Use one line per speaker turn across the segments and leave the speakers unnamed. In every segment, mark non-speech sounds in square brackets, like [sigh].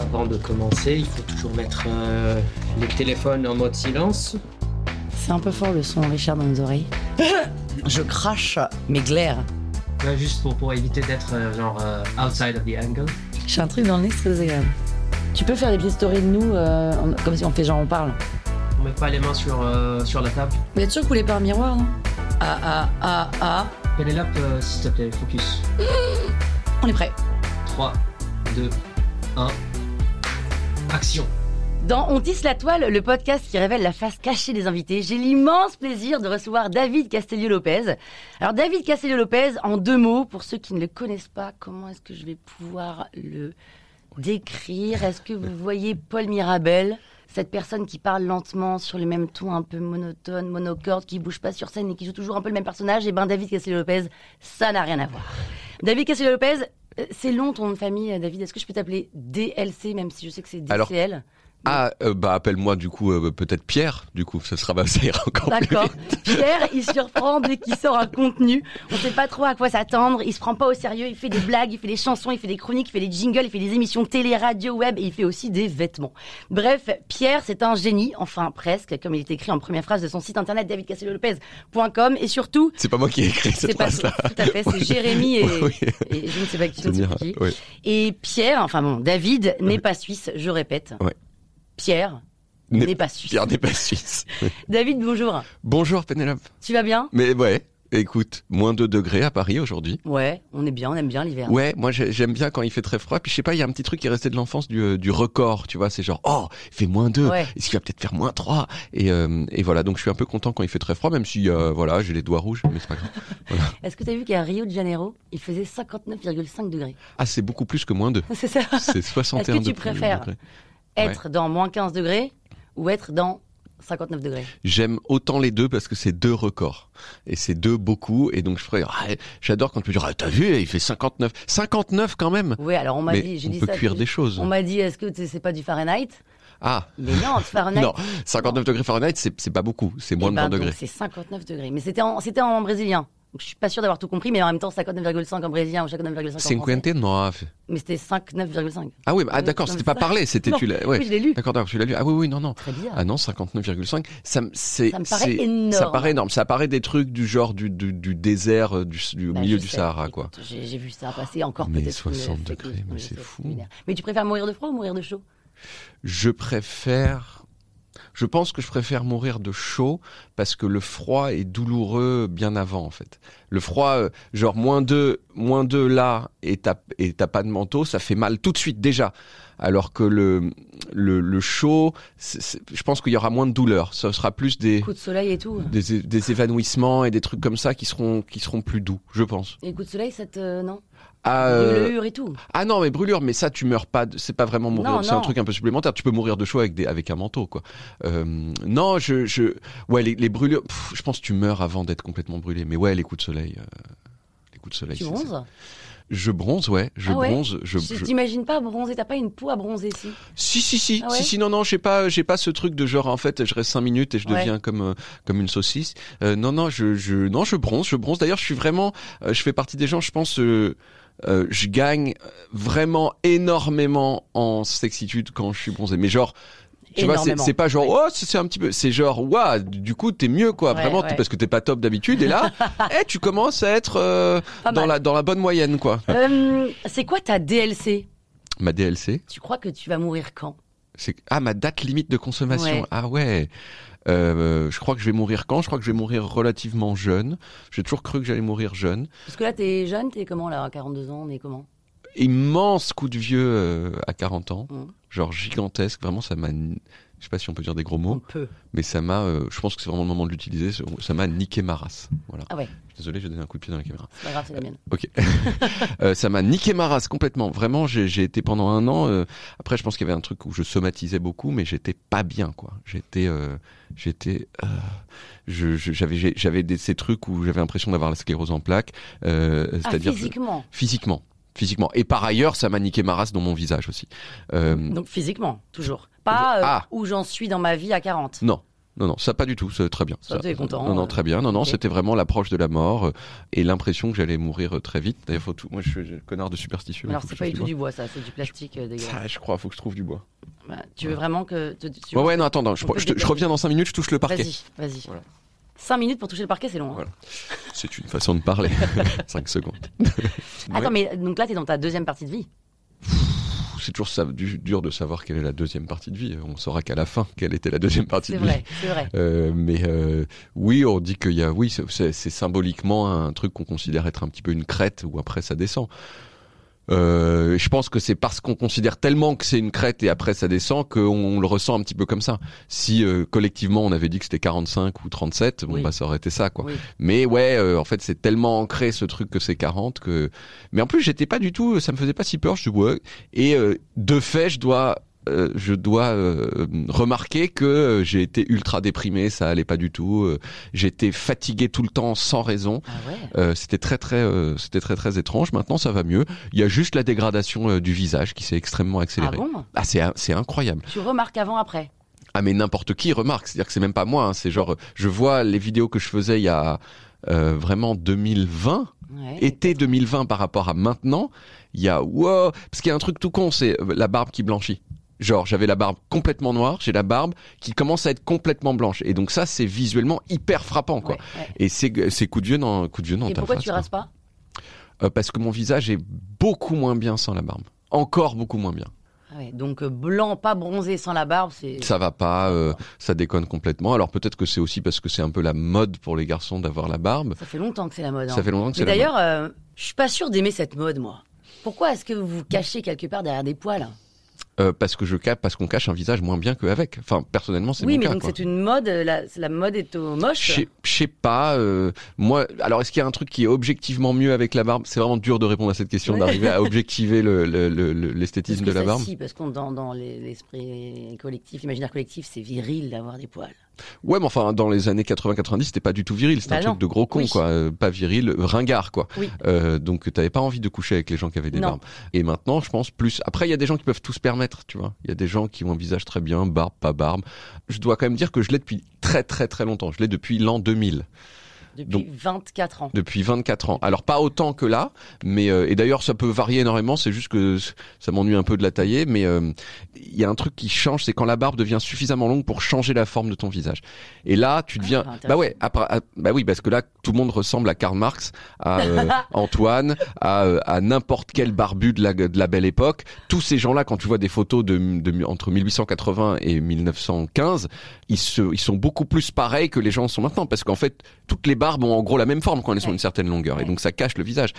Avant de commencer, il faut toujours mettre euh, les téléphones en mode silence.
C'est un peu fort le son, Richard, dans nos
[laughs]
oreilles. Je crache mes glaires.
Là, juste pour, pour éviter d'être euh, genre euh, outside of the angle.
J'ai un truc dans le nez, c'est très agréable. Tu peux faire des petites stories de nous, euh, en- comme si on fait genre on parle.
On met pas les mains sur, euh, sur la table.
Vous êtes sûr que vous voulez pas un miroir, non Ah, ah, ah, ah.
Pénélope, euh, s'il te plaît, focus.
On est prêt.
3, 2, 1. Action.
Dans On tisse la toile, le podcast qui révèle la face cachée des invités, j'ai l'immense plaisir de recevoir David Castelio-Lopez. Alors David Castelio-Lopez, en deux mots, pour ceux qui ne le connaissent pas, comment est-ce que je vais pouvoir le décrire Est-ce que vous voyez Paul Mirabel cette personne qui parle lentement sur le même ton un peu monotone, monocorde, qui bouge pas sur scène et qui joue toujours un peu le même personnage, et ben David Castelio-Lopez, ça n'a rien à voir. David Castelio-Lopez, euh, c'est long ton nom de famille, euh, David. Est-ce que je peux t'appeler DLC, même si je sais que c'est DCL
Alors, Ah, euh, bah appelle-moi du coup euh, peut-être Pierre, du coup, ça sera ça ira encore plus
D'accord.
vite.
Pierre, il surprend dès qu'il sort un contenu. On sait pas trop à quoi s'attendre. Il se prend pas au sérieux. Il fait des blagues, il fait des chansons, il fait des chroniques, il fait des jingles, il fait des émissions télé, radio, web et il fait aussi des vêtements. Bref, Pierre, c'est un génie. Enfin, presque, comme il est écrit en première phrase de son site internet davidcastellolopez.com et surtout,
C'est pas moi qui ai écrit cette
c'est pas
phrase-là.
tout à
[laughs]
fait, c'est Jérémy et, et je ne sais pas qui, je ne sais
Tenir,
plus qui.
ouais.
Et Pierre, enfin bon, David n'est pas suisse, je répète.
Ouais.
Pierre
N'est-
n'est pas suisse.
Pierre n'est pas suisse.
David, bonjour.
Bonjour Pénélope.
Tu vas bien
Mais ouais, écoute, moins 2 degrés à Paris aujourd'hui.
Ouais, on est bien, on aime bien l'hiver.
Ouais, moi j'ai- j'aime bien quand il fait très froid. Puis je sais pas, il y a un petit truc qui est resté de l'enfance du, euh, du record, tu vois. C'est genre, oh, il fait moins 2,
Ouais.
est-ce qu'il va peut-être faire moins 3 et, euh, et voilà, donc je suis un peu content quand il fait très froid, même si, euh, voilà, j'ai les doigts rouges, mais c'est pas grave.
Est-ce que t'as vu qu'à Rio de Janeiro, il faisait 59,5 degrés
Ah, c'est beaucoup plus que moins 2.
[laughs] C'est ça
C'est
[laughs]
61
Est-ce que tu
de plus,
préfères
degrés.
Être dans moins 15 degrés ou être dans 59 degrés
J'aime autant les deux parce que c'est deux records. Et c'est deux beaucoup. Et donc, je ferais, ah, j'adore quand tu me dis, ah, t'as vu, il fait 59. 59 quand même!
Oui, alors on m'a
Mais
dit, j'ai
on
dit
peut
ça,
cuire
j'ai-
des choses.
On m'a dit, est-ce que t'es- c'est pas du Fahrenheit
Ah!
Mais non, du Fahrenheit.
[laughs] Non, 59 degrés Fahrenheit, c'est c'est pas beaucoup. C'est moins
Eh
de
ben,
20
donc,
degrés.
C'est 59 degrés. Mais c'était en, c'était en brésilien. Donc, je suis pas sûr d'avoir tout compris, mais en même temps, 59,5 en brésilien ou 59,5 en français.
59.
Mais c'était 59,5.
Ah oui, mais- ah,
Oui, Euh,
d'accord,
non,
c'était
mais
pas
ça-
parlé, c'était
Non,
tu l'as. ouais.
oui, je l'ai lu.
D'accord, d'accord, tu l'as lu. Ah oui, oui, non, non.
Très bien.
Ah non, 59,5. Ça, me- c'est-
Ça me paraît
c'est-
énorme.
Ça paraît énorme. Ça paraît des trucs du genre du, du, du désert, euh, du, du
Bah,
milieu
je
du
sais.
Sahara,
Écoute,
quoi.
J'ai j'ai vu ça passer encore
Mais
peut-être. une
60
fake
degrés,
news,
mais
oui,
c'est fou.
séminaire. Mais tu préfères mourir de froid ou mourir de chaud
Je préfère. Je pense que je préfère mourir de chaud parce que le froid est douloureux bien avant en fait. Le froid, euh, genre moins 2, moins 2 là et t'as et t'as pas de manteau, ça fait mal tout de suite déjà. Alors que le, le, le chaud, c'est- c'est- je pense qu'il y aura moins de douleur. Ce sera plus des,
Coup de soleil et tout.
des, é- des évanouissements et des trucs comme ça qui seront, qui seront plus doux, je pense.
Et coup de soleil, ça te. Non
Ah, euh,
Brûlure et tout.
ah non, mais brûlure, mais ça, tu meurs pas. de- C'est pas vraiment
Non,
mourir. C'est un
non.
truc un peu supplémentaire. Tu peux mourir de chaud avec, des, avec un manteau, quoi. Euh, non, je, je, ouais, les, les brûlures. pff, je pense que tu meurs avant d'être complètement brûlé. Mais ouais, les coups de soleil. euh, les coups de soleil.
Tu
c'est-
bronzes
Je bronze, ouais. Je
Ah ouais
bronze. Je,
Je
je-
t'imagine pas bronzer, t'as pas une peau à bronzer si.
Si, si, si,
Ah ouais
si, si. Non, non, j'ai pas, j'ai pas ce truc de genre en fait, je reste cinq minutes et je
Ouais.
deviens comme euh, comme une saucisse. Euh, non, non, je, je, non, je bronze, je bronze. D'ailleurs, je suis vraiment, euh, je fais partie des gens, je pense. euh, euh, je gagne vraiment énormément en sexitude quand je suis bronzé. Mais genre, tu vois, c'est-
Énormément.
c'est pas genre,
Ouais.
oh, c'est c'est un petit peu, c'est genre, waouh, du coup, t'es mieux, quoi,
Ouais,
vraiment,
ouais.
parce que t'es pas top d'habitude. Et
[laughs]
là, eh, tu commences à être euh,
Pas
dans
mal.
la dans la bonne moyenne, quoi.
Euh, c'est quoi ta DLC
Ma DLC,
Tu crois que tu vas mourir quand
c'est ah ma date limite de consommation.
Ouais.
Ah ouais. Euh, je crois que je vais mourir quand Je crois que je vais mourir relativement jeune. J'ai toujours cru que j'allais mourir jeune.
Parce que là, t'es jeune, t'es comment là À 42 ans, on est comment
Immense coup de vieux euh, à 40 ans,
Mhm.
genre gigantesque. Vraiment, ça m'a Je sais pas si on peut dire des gros mots,
peu.
mais ça m'a. euh, je pense que c'est vraiment le moment de l'utiliser. Ça m'a niqué ma race. Voilà.
Ah ouais,
Désolé, j'ai donné un coup de pied dans la caméra.
c'est pas grave, c'est la mienne.
Ok. Euh, ça m'a niqué ma race complètement. Vraiment, j'ai j'ai été pendant un an. euh, après, je pense qu'il y avait un truc où je somatisais beaucoup, mais j'étais pas bien, quoi. J'étais, euh, j'étais, euh, je- je- j'avais, j'ai- j'avais des- ces trucs où j'avais l'impression d'avoir la sclérose en plaques. euh,
Ah,
c'est-à-dire que-
physiquement.
physiquement, physiquement. Et par ailleurs, ça m'a niqué ma race dans mon visage aussi. Euh,
Donc physiquement, toujours. Pas euh,
Ah.
où j'en suis dans ma vie à 40.
Non. Non, non, ça pas du tout, c'est très bien.
Ça, t'es content,
Non, non,
euh,
très bien. Non, non,
ok.
c'était vraiment l'approche de la mort euh, et l'impression que j'allais mourir euh, très vite. D'ailleurs, faut tout. Moi, je suis un connard de superstitieux.
Alors
faut que
c'est
je
pas
fasse
du tout
bois.
du bois, ça, c'est du plastique euh, dégueulasse.
Ah, je crois, faut que je trouve du bois.
Bah, tu veux vraiment que. te- tu-
Ouais, ouais, non, attends, non, je,
on peut
je te- je
déplacer.
reviens dans 5 minutes, je touche le parquet.
Vas-y, vas-y.
Voilà.
5 minutes pour toucher le parquet, c'est long. hein.
Voilà. C'est une façon
[laughs]
de parler. 5 secondes.
Attends, mais donc là, t'es dans ta deuxième partie de vie.
Pff, C'est toujours ça- du- dur de savoir quelle est la deuxième partie de vie. On saura qu'à la fin quelle était la deuxième partie
C'est
de vie.
vrai, c'est vrai.
Euh, mais euh, oui, on dit qu'il y a, oui, c'est- c'est c'est symboliquement un truc qu'on considère être un petit peu une crête où après ça descend. Euh, je pense que c'est parce qu'on considère tellement que c'est une crête et après ça descend qu'on le ressent un petit peu comme ça. Si euh, collectivement on avait dit que c'était 45 ou 37, bon
Oui.
bah ça aurait été ça quoi.
Oui.
Mais ouais, euh, en fait c'est tellement ancré ce truc que c'est 40 que. Mais en plus j'étais pas du tout, ça me faisait pas si peur. Je suis ouais. Et euh, de fait, je dois euh, je dois euh, remarquer que euh, j'ai été ultra déprimé, ça allait pas du tout. euh, J'étais fatigué tout le temps sans raison.
Ah ouais.
Euh, c'était très très euh, c'était très très étrange. Maintenant ça va mieux. Il y a juste la dégradation euh, du visage qui s'est extrêmement
Ah
accélérée.
bon
Ah, c'est c'est incroyable.
Tu remarques avant, après.
Ah mais n'importe qui remarque, c'est-à-dire que c'est même pas moi, hein. c'est genre euh, je vois les vidéos que je faisais il y a euh, vraiment 2020
Ouais.
été 2020 par rapport à maintenant, il y a wow, parce qu'il y a un truc tout con, c'est euh, la barbe qui blanchit. Genre, j'avais la barbe complètement noire, j'ai la barbe qui commence à être complètement blanche. Et donc ça, c'est visuellement hyper frappant, quoi.
Ouais, ouais.
Et c'est c'est coup de vieux dans coup de vieux dans
Et
ta
pourquoi
face,
tu
quoi.
rases pas
Euh, Parce que mon visage est beaucoup moins bien sans la barbe. Encore beaucoup moins bien.
Ah ouais, Donc euh, blanc, pas bronzé, sans la barbe, c'est.
Ça va pas, euh, ça déconne complètement. Alors peut-être que c'est aussi parce que c'est un peu la mode pour les garçons d'avoir la barbe.
Ça fait longtemps que c'est la mode.
Ça
hein.
fait longtemps que c'est
Mais
la mode.
d'ailleurs, euh, je suis pas sûre d'aimer cette mode, moi. Pourquoi est-ce que vous vous cachez quelque part derrière des poils
Euh, parce que je ca- parce qu'on cache un visage moins bien qu'avec. Enfin, personnellement, c'est
Oui,
mon
mais
cas,
donc
quoi.
c'est une mode, euh, la, la mode est au moche.
Je sais- je sais pas. euh, moi, alors est-ce qu'il y a un truc qui est objectivement mieux avec la barbe C'est vraiment dur de répondre à cette question,
Ouais. [laughs]
d'arriver à objectiver le- le- le- le-
Parce
l'esthétisme
que
de la
ça,
barbe.
si, parce qu'on dans, dans les- l'esprit collectif, l'imaginaire collectif, c'est viril d'avoir des poils.
Ouais, mais enfin, dans les années 80-90, c'était pas du tout viril.
Bah
C'était un
non.
truc de gros con,
Oui.
quoi. Euh, Pas viril, ringard, quoi.
Oui.
Euh, donc, t'avais pas envie de coucher avec les gens qui avaient des
Non.
barbes. Et maintenant, je pense plus. Après, il y a des gens qui peuvent tout se permettre, tu vois. Il y a des gens qui ont un visage très bien, barbe, pas barbe. Je dois quand même dire que je l'ai depuis très, très, très longtemps. Je l'ai depuis l'an 2000.
Depuis
Donc-
24 ans.
depuis 24 ans. Alors pas autant que là, mais euh, et d'ailleurs ça peut varier énormément. C'est juste que s- ça m'ennuie un peu de la tailler, mais euh, il y a un truc qui change, c'est quand la barbe devient suffisamment longue pour changer la forme de ton visage. Et là, tu deviens,
intéressant.
bah ouais, après- à- bah oui, parce que là tout le monde ressemble à Karl Marx, à euh,
[laughs]
Antoine, à, euh, à n'importe quel barbu de la, de la belle époque. Tous ces gens-là, quand tu vois des photos de, de- entre 1880 et 1915, ils, se, ils sont beaucoup plus pareils que les gens sont maintenant, parce qu'en fait toutes les barbes ont en gros la même forme quand elles sont
Ouais.
une certaine longueur et
Ouais.
donc ça cache le visage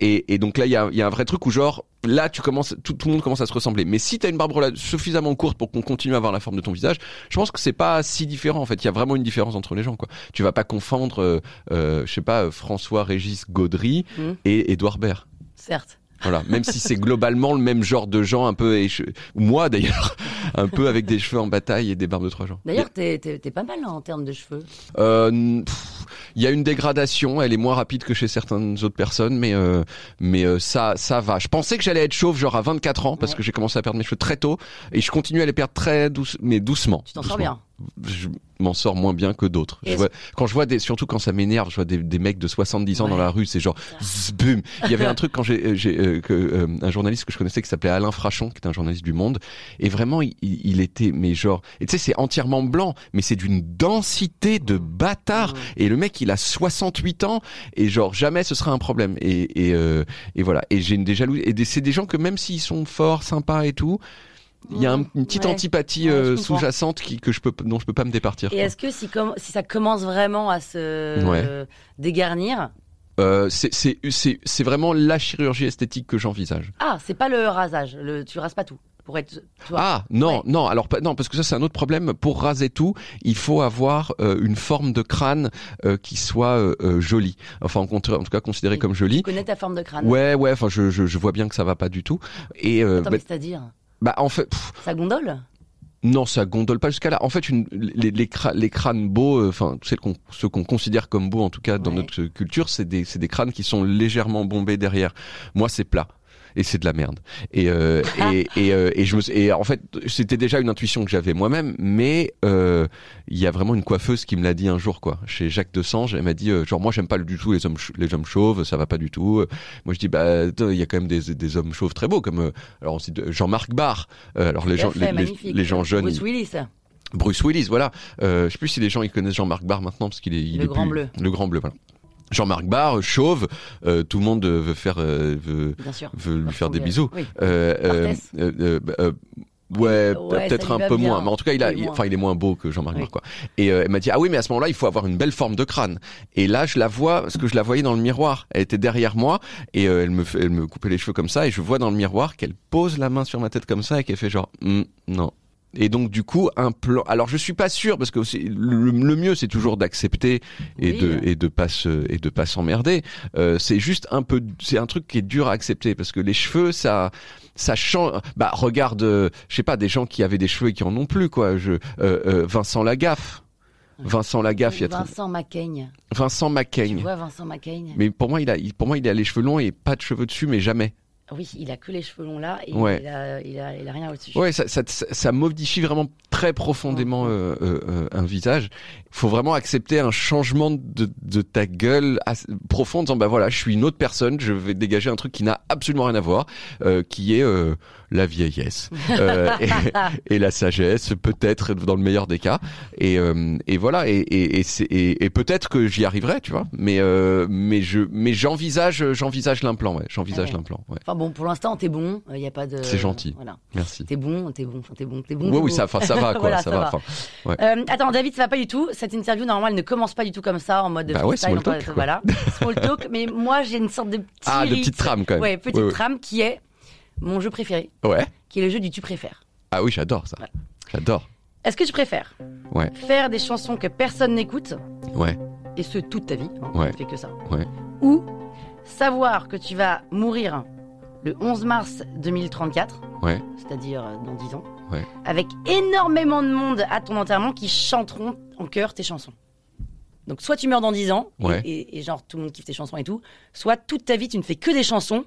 et, et donc là il y a, il y a un vrai truc où genre là tu commences tout, tout le monde commence à se ressembler mais si t'as une barbe rela- suffisamment courte pour qu'on continue à avoir la forme de ton visage je pense que c'est pas si différent en fait il y a vraiment une différence entre les gens quoi tu vas pas confondre euh, euh, je sais pas euh, François Régis Gaudry
Mhm.
et Édouard Baird
Certes.
voilà, même si c'est globalement le même genre de gens, un peu éche- moi d'ailleurs, [laughs] un peu avec des cheveux en bataille et des barbes de trois gens.
D'ailleurs, t'es t'es- t'es pas mal hein, en termes de cheveux.
Euh, n- pff, Il y a une dégradation, elle est moins rapide que chez certaines autres personnes, mais euh, mais euh, ça ça va. Je pensais que j'allais être chauve genre à 24 ans parce
Ouais.
que j'ai commencé à perdre mes cheveux très tôt et je continue à les perdre très doucement, mais doucement.
Tu t'en
Doucement.
sors bien.
Je m'en sors moins bien que d'autres.
Et
Je
est-ce-
vois- Quand je vois des, surtout quand ça m'énerve, je vois des, des mecs de 70 ans dans
Ouais.
la rue, c'est genre zzz, boum. Il y avait un truc quand j'ai, euh, j'ai, euh, que, euh, un journaliste que je connaissais qui s'appelait Alain Frachon, qui est un journaliste du Monde, et vraiment, il, il- il était, mais genre, et tu sais, c'est entièrement blanc, mais c'est d'une densité de bâtard. Et le mec, il a 68 ans, et genre, jamais ce sera un problème. Et, et, euh, et voilà. Et j'ai une des jalousies. Et des- c'est des gens que même s'ils sont forts, sympas et tout, il y a un- une petite
Mmh. Ouais.
antipathie
Ouais, je
euh,
comprends.
sous-jacente qui que je peux dont je peux pas me départir.
Et
quoi.
est-ce que si, com- si ça commence vraiment à se
Ouais.
euh, dégarnir,
Euh, c'est- c'est c'est- c'est vraiment la chirurgie esthétique que j'envisage.
ah, c'est pas le rasage, le, tu rases pas tout. pour être toi.
Ah non
Ouais.
non alors pas- non parce que ça c'est un autre problème pour raser tout il faut avoir euh, une forme de crâne euh, qui soit euh, euh, jolie enfin en, contra- en tout cas considérée
Oui.
comme jolie
Tu connais ta forme de crâne.
ouais ouais enfin je, je, je vois bien que ça va pas du tout et euh,
Attends,
bah,
mais c'est-à-dire
bah, en fait pff,
Ça gondole
non ça gondole pas jusqu'à là en fait une, les, les, cra- les crânes beaux euh, enfin ceux qu'on ceux qu'on considère comme beaux en tout cas dans
Ouais.
notre culture c'est des c'est des crânes qui sont légèrement bombés derrière moi c'est plat et c'est de la merde. Et, euh, et, et, euh, et je me, suis- et en fait, c'était déjà une intuition que j'avais moi-même, mais euh, il y a vraiment une coiffeuse qui me l'a dit un jour, quoi, chez Jacques Desange. Elle m'a dit, euh, genre, moi, j'aime pas du tout les hommes, ch- les hommes chauves, ça va pas du tout. Euh, Moi, je dis, bah, attends, il y a quand même des, des hommes chauves très beaux, comme euh, alors on cite, euh, Jean-Marc Barr. Euh, alors les
Tout à
gens,
fait,
les, les,
magnifique.
les gens jeunes,
Bruce
ils-
Willis.
Bruce Willis, voilà. Euh, je sais plus si les gens ils connaissent Jean-Marc Barr maintenant parce qu'il est il
Le
est
Grand
plus-
Bleu.
Le grand bleu, voilà. Jean-Marc Barr, euh, chauve, euh, tout le monde euh, veut faire euh, veut,
Bien sûr.
veut lui
Parce
faire des
que-
bisous.
oui.
Euh, euh,
Barthès.
euh, euh, euh, Ouais,
Ouais,
peut-être
ça
un
lui va
peu
bien.
moins, mais en tout cas, il
Il
a,
est
il-
moins.
enfin, il est moins beau que Jean-Marc
Oui.
Barr, quoi. Et euh, elle m'a dit, ah oui, mais à ce moment-là, il faut avoir une belle forme de crâne. Et là, je la vois, parce que je la voyais dans le miroir. Elle était derrière moi, et euh, elle me, fait- elle me coupait les cheveux comme ça, et je vois dans le miroir qu'elle pose la main sur ma tête comme ça, et qu'elle fait genre, Hmm, non. Et donc, du coup, un plan. Alors, je suis pas sûr, parce que c'est- le, le mieux, c'est toujours d'accepter et
Oui.
de et de pas se- et de pas s'emmerder. Euh, c'est juste un peu, c'est un truc qui est dur à accepter parce que les cheveux, ça, ça change. Bah regarde, euh, je sais pas, des gens qui avaient des cheveux et qui en ont plus quoi. Je, euh, euh, Vincent Lagaffe, Vincent Lagaffe, il y a très-
Vincent McCain.
Vincent
Tu
McCain.
vois Vincent McCain
Mais pour moi, il a, il- pour moi, il a les cheveux longs et pas de cheveux dessus, mais jamais.
Oui, il a que les cheveux longs là et
Ouais.
il, a, il, a, il a rien au-dessus.
Ouais, ça, ça, ça- ça modifie vraiment très profondément euh, euh, euh, un visage. faut vraiment accepter un changement de, de ta gueule assez- profond, en disant bah voilà, je suis une autre personne, je vais dégager un truc qui n'a absolument rien à voir, euh, qui est euh, la vieillesse Euh, et, et la sagesse, peut-être dans le meilleur des cas. Et, euh, et voilà, et, et, et, c'est- et- et peut-être que j'y arriverai, tu vois. Mais euh, mais je mais j'envisage j'envisage l'implant, ouais, j'envisage
Ah ouais.
l'implant. Ouais.
Enfin bon, pour l'instant, t'es bon. Il y a pas de.
C'est gentil.
Voilà.
Merci.
T'es bon, t'es bon, enfin, t'es bon, t'es bon.
Ouais,
t'es
oui,
beau.
ça, enfin, ça va, quoi,
Voilà,
ça,
ça
va.
va.
enfin.
Euh, attends, David, ça va pas du tout. Cette interview, normalement, elle ne commence pas du tout comme ça, en mode
Bah ouais,
freestyle,
small
en mode-
talk, quoi. [laughs]
voilà, small talk. Mais moi, j'ai une sorte de petit
Ah, de
rite.
petites trames quand même.
Ouais, petite
Ouais, ouais.
trame qui est mon jeu préféré,
Ouais.
qui est le jeu du tu préfères.
Ah oui, j'adore ça.
Voilà.
J'adore.
Est-ce que tu préfères
Ouais.
faire des chansons que personne n'écoute,
Ouais.
et ce toute ta vie, hein,
Ouais.
tu fais que ça,
Ouais.
ou savoir que tu vas mourir le 11 mars 2034,
Ouais.
c'est-à-dire euh, dans 10 ans,
Ouais.
avec énormément de monde à ton enterrement qui chanteront en chœur tes chansons. Donc soit tu meurs dans 10 ans, et-
Ouais.
et, et genre tout le monde kiffe tes chansons et tout, soit toute ta vie tu ne fais que des chansons,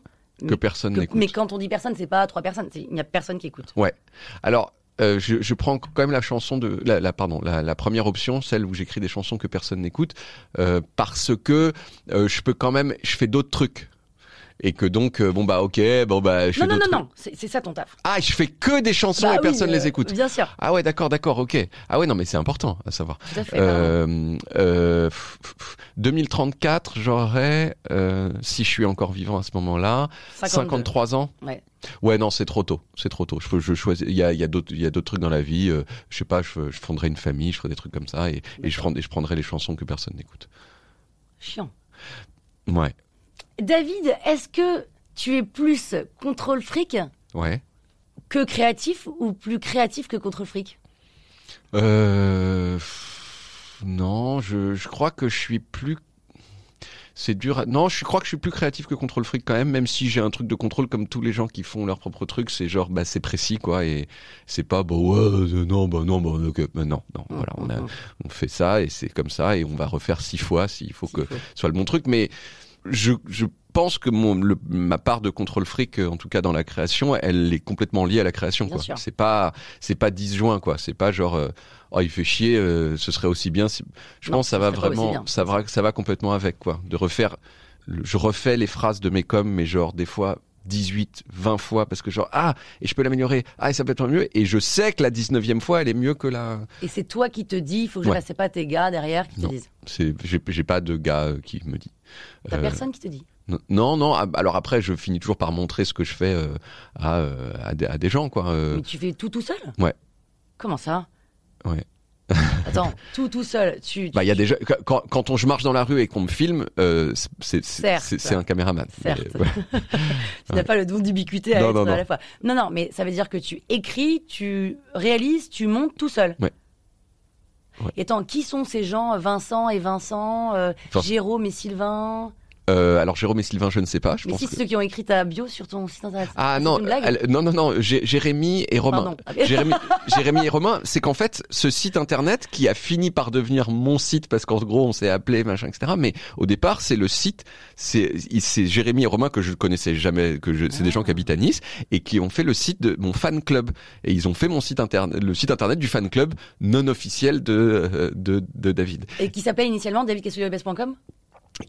Que personne
que- mais
n'écoute.
quand on dit personne, c'est pas trois personnes, c'est- il n'y a personne qui écoute.
Ouais. Alors, euh, je, je prends quand même la chanson de la, la- pardon la, la première option, celle où j'écris des chansons que personne n'écoute, euh, parce que euh, je peux quand même, je fais d'autres trucs et que donc euh, bon bah ok bon bah je fais
Non, non, non,
d'autres
non, c'est c'est ça ton taf.
trucs. ah je fais que des chansons
Bah
et
oui,
personne
mais,
les
euh,
écoute
Bien sûr,
ah ouais d'accord d'accord ok ah ouais non mais c'est important à savoir
tout à fait. pardon.
Euh, euh, pff, pff, pff, 2034, j'aurais, euh, si je suis encore vivant à ce moment-là,
52.
53 ans.
Ouais.
Ouais, non, c'est trop tôt. C'est trop tôt. Je, peux- je choisis. Il y a, il y a d'autres, il y a d'autres trucs dans la vie. euh, je sais pas. Je, je fonderai une famille. Je ferai des trucs comme ça et, et je prendrai, je prendrai les chansons que personne n'écoute.
Chiant.
Ouais,
David, est-ce que tu es plus contrôle fric
ouais.
que créatif ou plus créatif que contrôle fric
Euh, pff, non, je, je crois que je suis plus. C'est dur. à- Non, je crois que je suis plus créatif que contrôle fric quand même, même si j'ai un truc de contrôle comme tous les gens qui font leur propre truc. C'est genre, bah, c'est précis quoi, et c'est pas bah ouais, euh, non, bah non, bah ok, bah, non, non. Voilà, on a, on fait ça et c'est comme ça et on va refaire six fois s'il faut que ce soit le bon truc. Mais je, je pense que mon, le- ma part de contrôle fric, euh, en tout cas dans la création, elle est complètement liée à la création.
Bien
quoi.
sûr.
C'est pas, c'est pas disjoint quoi. C'est pas genre, euh, oh il fait chier, euh, ce serait aussi bien. si- Je
Non,
pense que ça
ce
va
serait pas aussi bien.
vraiment, ça va, ça va complètement avec quoi. De refaire, le- je refais les phrases de mes coms, mais genre des fois. 18, 20 fois parce que genre ah et je peux l'améliorer ah et ça peut être mieux et je sais que la 19e fois elle est mieux que la
Et c'est toi qui te dis, il faut que je
Ouais.
fasse, c'est pas tes gars derrière qui te
Non.
disent.
c'est j'ai j'ai pas de gars euh, qui me dit
T'as
Euh,
personne qui te dit.
Non, Non, non. ah, Alors après, je finis toujours par montrer ce que je fais euh, à, euh, à, des, à des gens, quoi. euh.
Mais tu fais tout tout seul
ouais.
[laughs] Comment ça
Ouais.
Attends,
Tout, tout seul. Tu, tu-
Bah, il y a déjà quand, quand on je marche dans la rue et qu'on me filme, euh, c'est- c'est
Certes.
c'est- c'est un caméraman.
Certes.
Mais, ouais.
tu n'as pas le don d'ubiquité à
Non,
être
non,
à
non.
la fois. Non, non, mais ça veut dire que tu écris, tu réalises, tu montes tout seul.
Ouais. Ouais.
Et attends, qui sont ces gens, Vincent et Vincent, euh,
Enfin,
Jérôme et Sylvain
Euh, alors Jérôme et Sylvain, je ne sais pas. Je
Mais
pense
si,
que-
c'est ceux qui ont écrit ta bio sur ton site internet.
Ah oh, bah,
C'est
non,
une blague
elle- non, non, non, Jé- Jérémy et Romain.
Pardon.
Jérémy, Jérémy et Romain, c'est qu'en fait, ce site internet qui a fini par devenir mon site parce qu'en gros, on s'est appelé, machin, etc. Mais au départ, c'est le site, c'est il- c'est Jérémy et Romain que je ne connaissais jamais, que je, c'est des gens qui habitent à Nice et qui ont fait le site de mon fan club. Et ils ont fait mon site internet, le site internet du fan club non officiel de, euh, de, de David
Et qui s'appelait initialement davidcastillo.com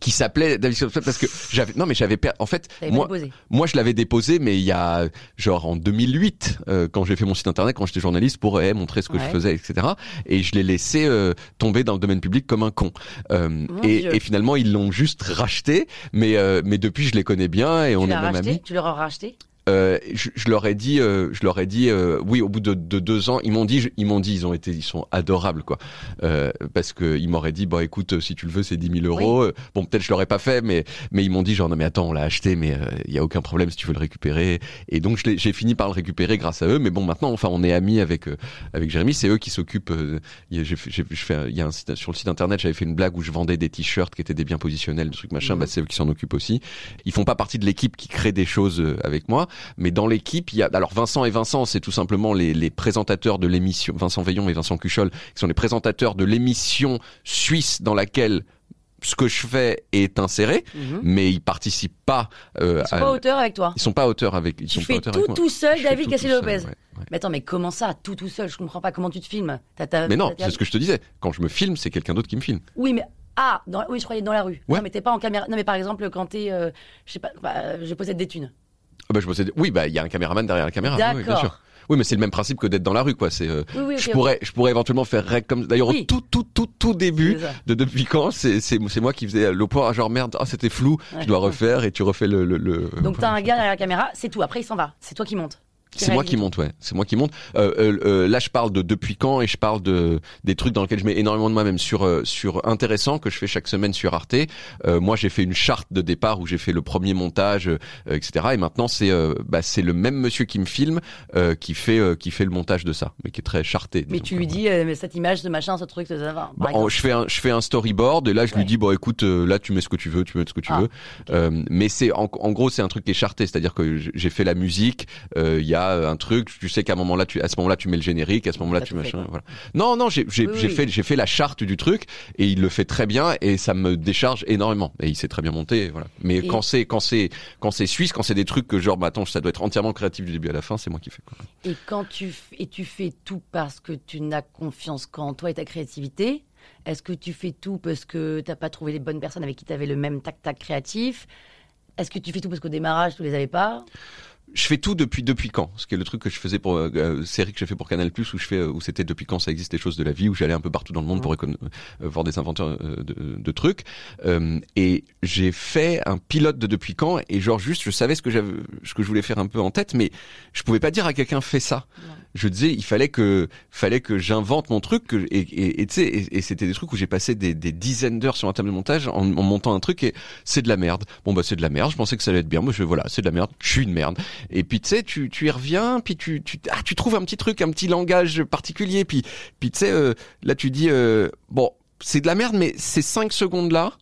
qui s'appelait David Scofield parce que j'avais non mais j'avais per- en fait
T'avais
moi
pas posé.
moi je l'avais déposé mais il y a genre en 2008 euh, quand j'ai fait mon site internet quand j'étais journaliste pour euh, montrer ce que
Ouais.
je faisais etc et je l'ai laissé euh, tomber dans le domaine public comme un con Euh,
Mon
et,
Dieu.
et finalement ils l'ont juste racheté mais euh, mais depuis je les connais bien et on
Tu
est
l'as
même
racheté
amis
Tu leur as racheté
euh, je, je leur ai dit, euh, je leur ai dit, euh, oui, au bout de, de deux ans, ils m'ont dit, je- ils m'ont dit, ils ont été, ils sont adorables, quoi, euh, parce que ils m'auraient dit, bon, écoute, euh, si tu le veux, c'est 10 000 euros. Euh, Bon, peut-être je l'aurais pas fait, mais mais ils m'ont dit, genre, non, mais attends, on l'a acheté, mais il y a aucun problème si tu veux le récupérer. Et donc je l'ai- j'ai fini par le récupérer grâce à eux. Mais bon, maintenant, enfin, on est amis avec euh, avec Jérémy. C'est eux qui s'occupent. euh, il y a- j'ai fait- j'ai- je fais un- il y a un site sur le site internet, j'avais fait une blague où je vendais des t-shirts qui étaient des biens positionnels, des trucs machin.
Mhm.
Bah, c'est eux qui s'en occupent aussi. Ils font pas partie de l'équipe qui crée des choses euh, avec moi, mais dans l'équipe, il y a alors Vincent et Vincent, c'est tout simplement les, les présentateurs de l'émission Vincent Veillon et Vincent Cuchol, qui sont les présentateurs de l'émission suisse dans laquelle ce que je fais est inséré,
Mhm.
mais ils participent pas. euh,
Ils sont
à-
pas auteurs avec toi.
ils sont pas auteurs avec. Ils
Tu
sont pas
fais
auteurs
tout
avec moi.
tout seul,
Je fais
David
tout
Castillo
tout seul,
Lopez.
ouais, ouais.
Mais attends, mais comment ça, tout tout seul Je comprends pas comment tu te filmes. T'as ta-
Mais non,
t'as ta-
c'est ce que je te disais. Quand je me filme, c'est quelqu'un d'autre qui me filme.
Oui, mais ah, dans- oui, je croyais dans la rue.
Ouais.
Non, mais t'es pas en caméra. Non, mais par exemple, quand t'es, euh, je sais pas, bah, je possède des thunes.
Ah bah, je possède- Oui, bah il y a un caméraman derrière la caméra. Oui, oui, bien
D'accord.
sûr. Oui, mais c'est le même principe que d'être dans la rue, quoi. C'est euh,
Oui, oui,
je
ok,
pourrais, je pourrais éventuellement faire rec comme. D'ailleurs,
Oui.
au tout, tout, tout, tout début
C'est ça.
de depuis quand, c'est, c'est, c'est moi qui faisais le point, genre merde, ah c'était flou,
Ouais.
je dois refaire et tu refais le. le, le-
Donc t'as
[laughs]
un gars derrière la caméra, c'est tout. Après, il s'en va. C'est toi qui monte.
C'est moi qui monte, ouais. C'est moi qui monte. Euh, euh, euh, là, je parle de depuis quand et je parle de des trucs dans lesquels je mets énormément de moi-même sur euh, sur intéressant que je fais chaque semaine sur Arte. Euh, moi, j'ai fait une charte de départ où j'ai fait le premier montage, euh, euh, etc. Et maintenant, c'est euh, bah, c'est le même monsieur qui me filme euh, qui fait euh, qui fait le montage de ça, mais qui est très charté.
Mais
disons,
tu
quoi.
lui dis, euh, mais cette image, ce machin, ce truc, ce ça va.
Bon, Bah, en- je fais un je fais un storyboard et là je
Ouais.
lui dis bon écoute euh, là tu mets ce que tu veux tu mets ce que tu
Ah,
veux Euh, mais c'est en, en gros c'est un truc qui est charté c'est-à-dire que j- j'ai fait la musique euh, il y a un truc tu sais qu'à un moment là tu à ce moment-là tu mets le générique à ce moment-là
T'as
tu
tout fait,
machin
quoi.
voilà non non j'ai j'ai
Oui,
j'ai
oui.
fait j'ai fait la charte du truc et il le fait très bien et ça me décharge énormément et il s'est très bien monté voilà mais
Et-
quand c'est quand c'est quand c'est suisse quand c'est des trucs que genre bah, attends ça doit être entièrement créatif du début à la fin c'est moi qui fais quoi.
Et quand tu f- et tu fais tout parce que tu n'as confiance qu'en toi et ta créativité. Est-ce que tu fais tout parce que t'as pas trouvé les bonnes personnes avec qui t'avais le même tac-tac créatif Est-ce que tu fais tout parce qu'au démarrage tu les avais pas
je fais tout depuis depuis quand Ce qui est le truc que je faisais pour euh, euh, série que j'ai fait pour Canal Plus où je fais euh, où c'était depuis quand ça existe les choses de la vie où j'allais un peu partout dans le monde pour écon- euh, voir des inventeurs euh, de, de trucs Euh, et j'ai fait un pilote de depuis quand et genre juste je savais ce que j'avais ce que je voulais faire un peu en tête mais je pouvais pas dire à quelqu'un fais ça. Je disais il fallait que fallait que j'invente mon truc que- et et et, tu sais, et, et c'était des trucs où j'ai passé des, des dizaines d'heures sur un table de montage en, en montant un truc et c'est de la merde. Bon bah c'est de la merde. Je pensais que ça allait être bien. Moi je voilà c'est de la merde. Je suis une merde. Et puis tu sais, tu, tu y reviens, puis tu, tu, ah, tu trouves un petit truc, un petit langage particulier, puis, puis tu sais, euh, là tu dis, euh, bon, c'est de la merde, mais ces cinq secondes-là,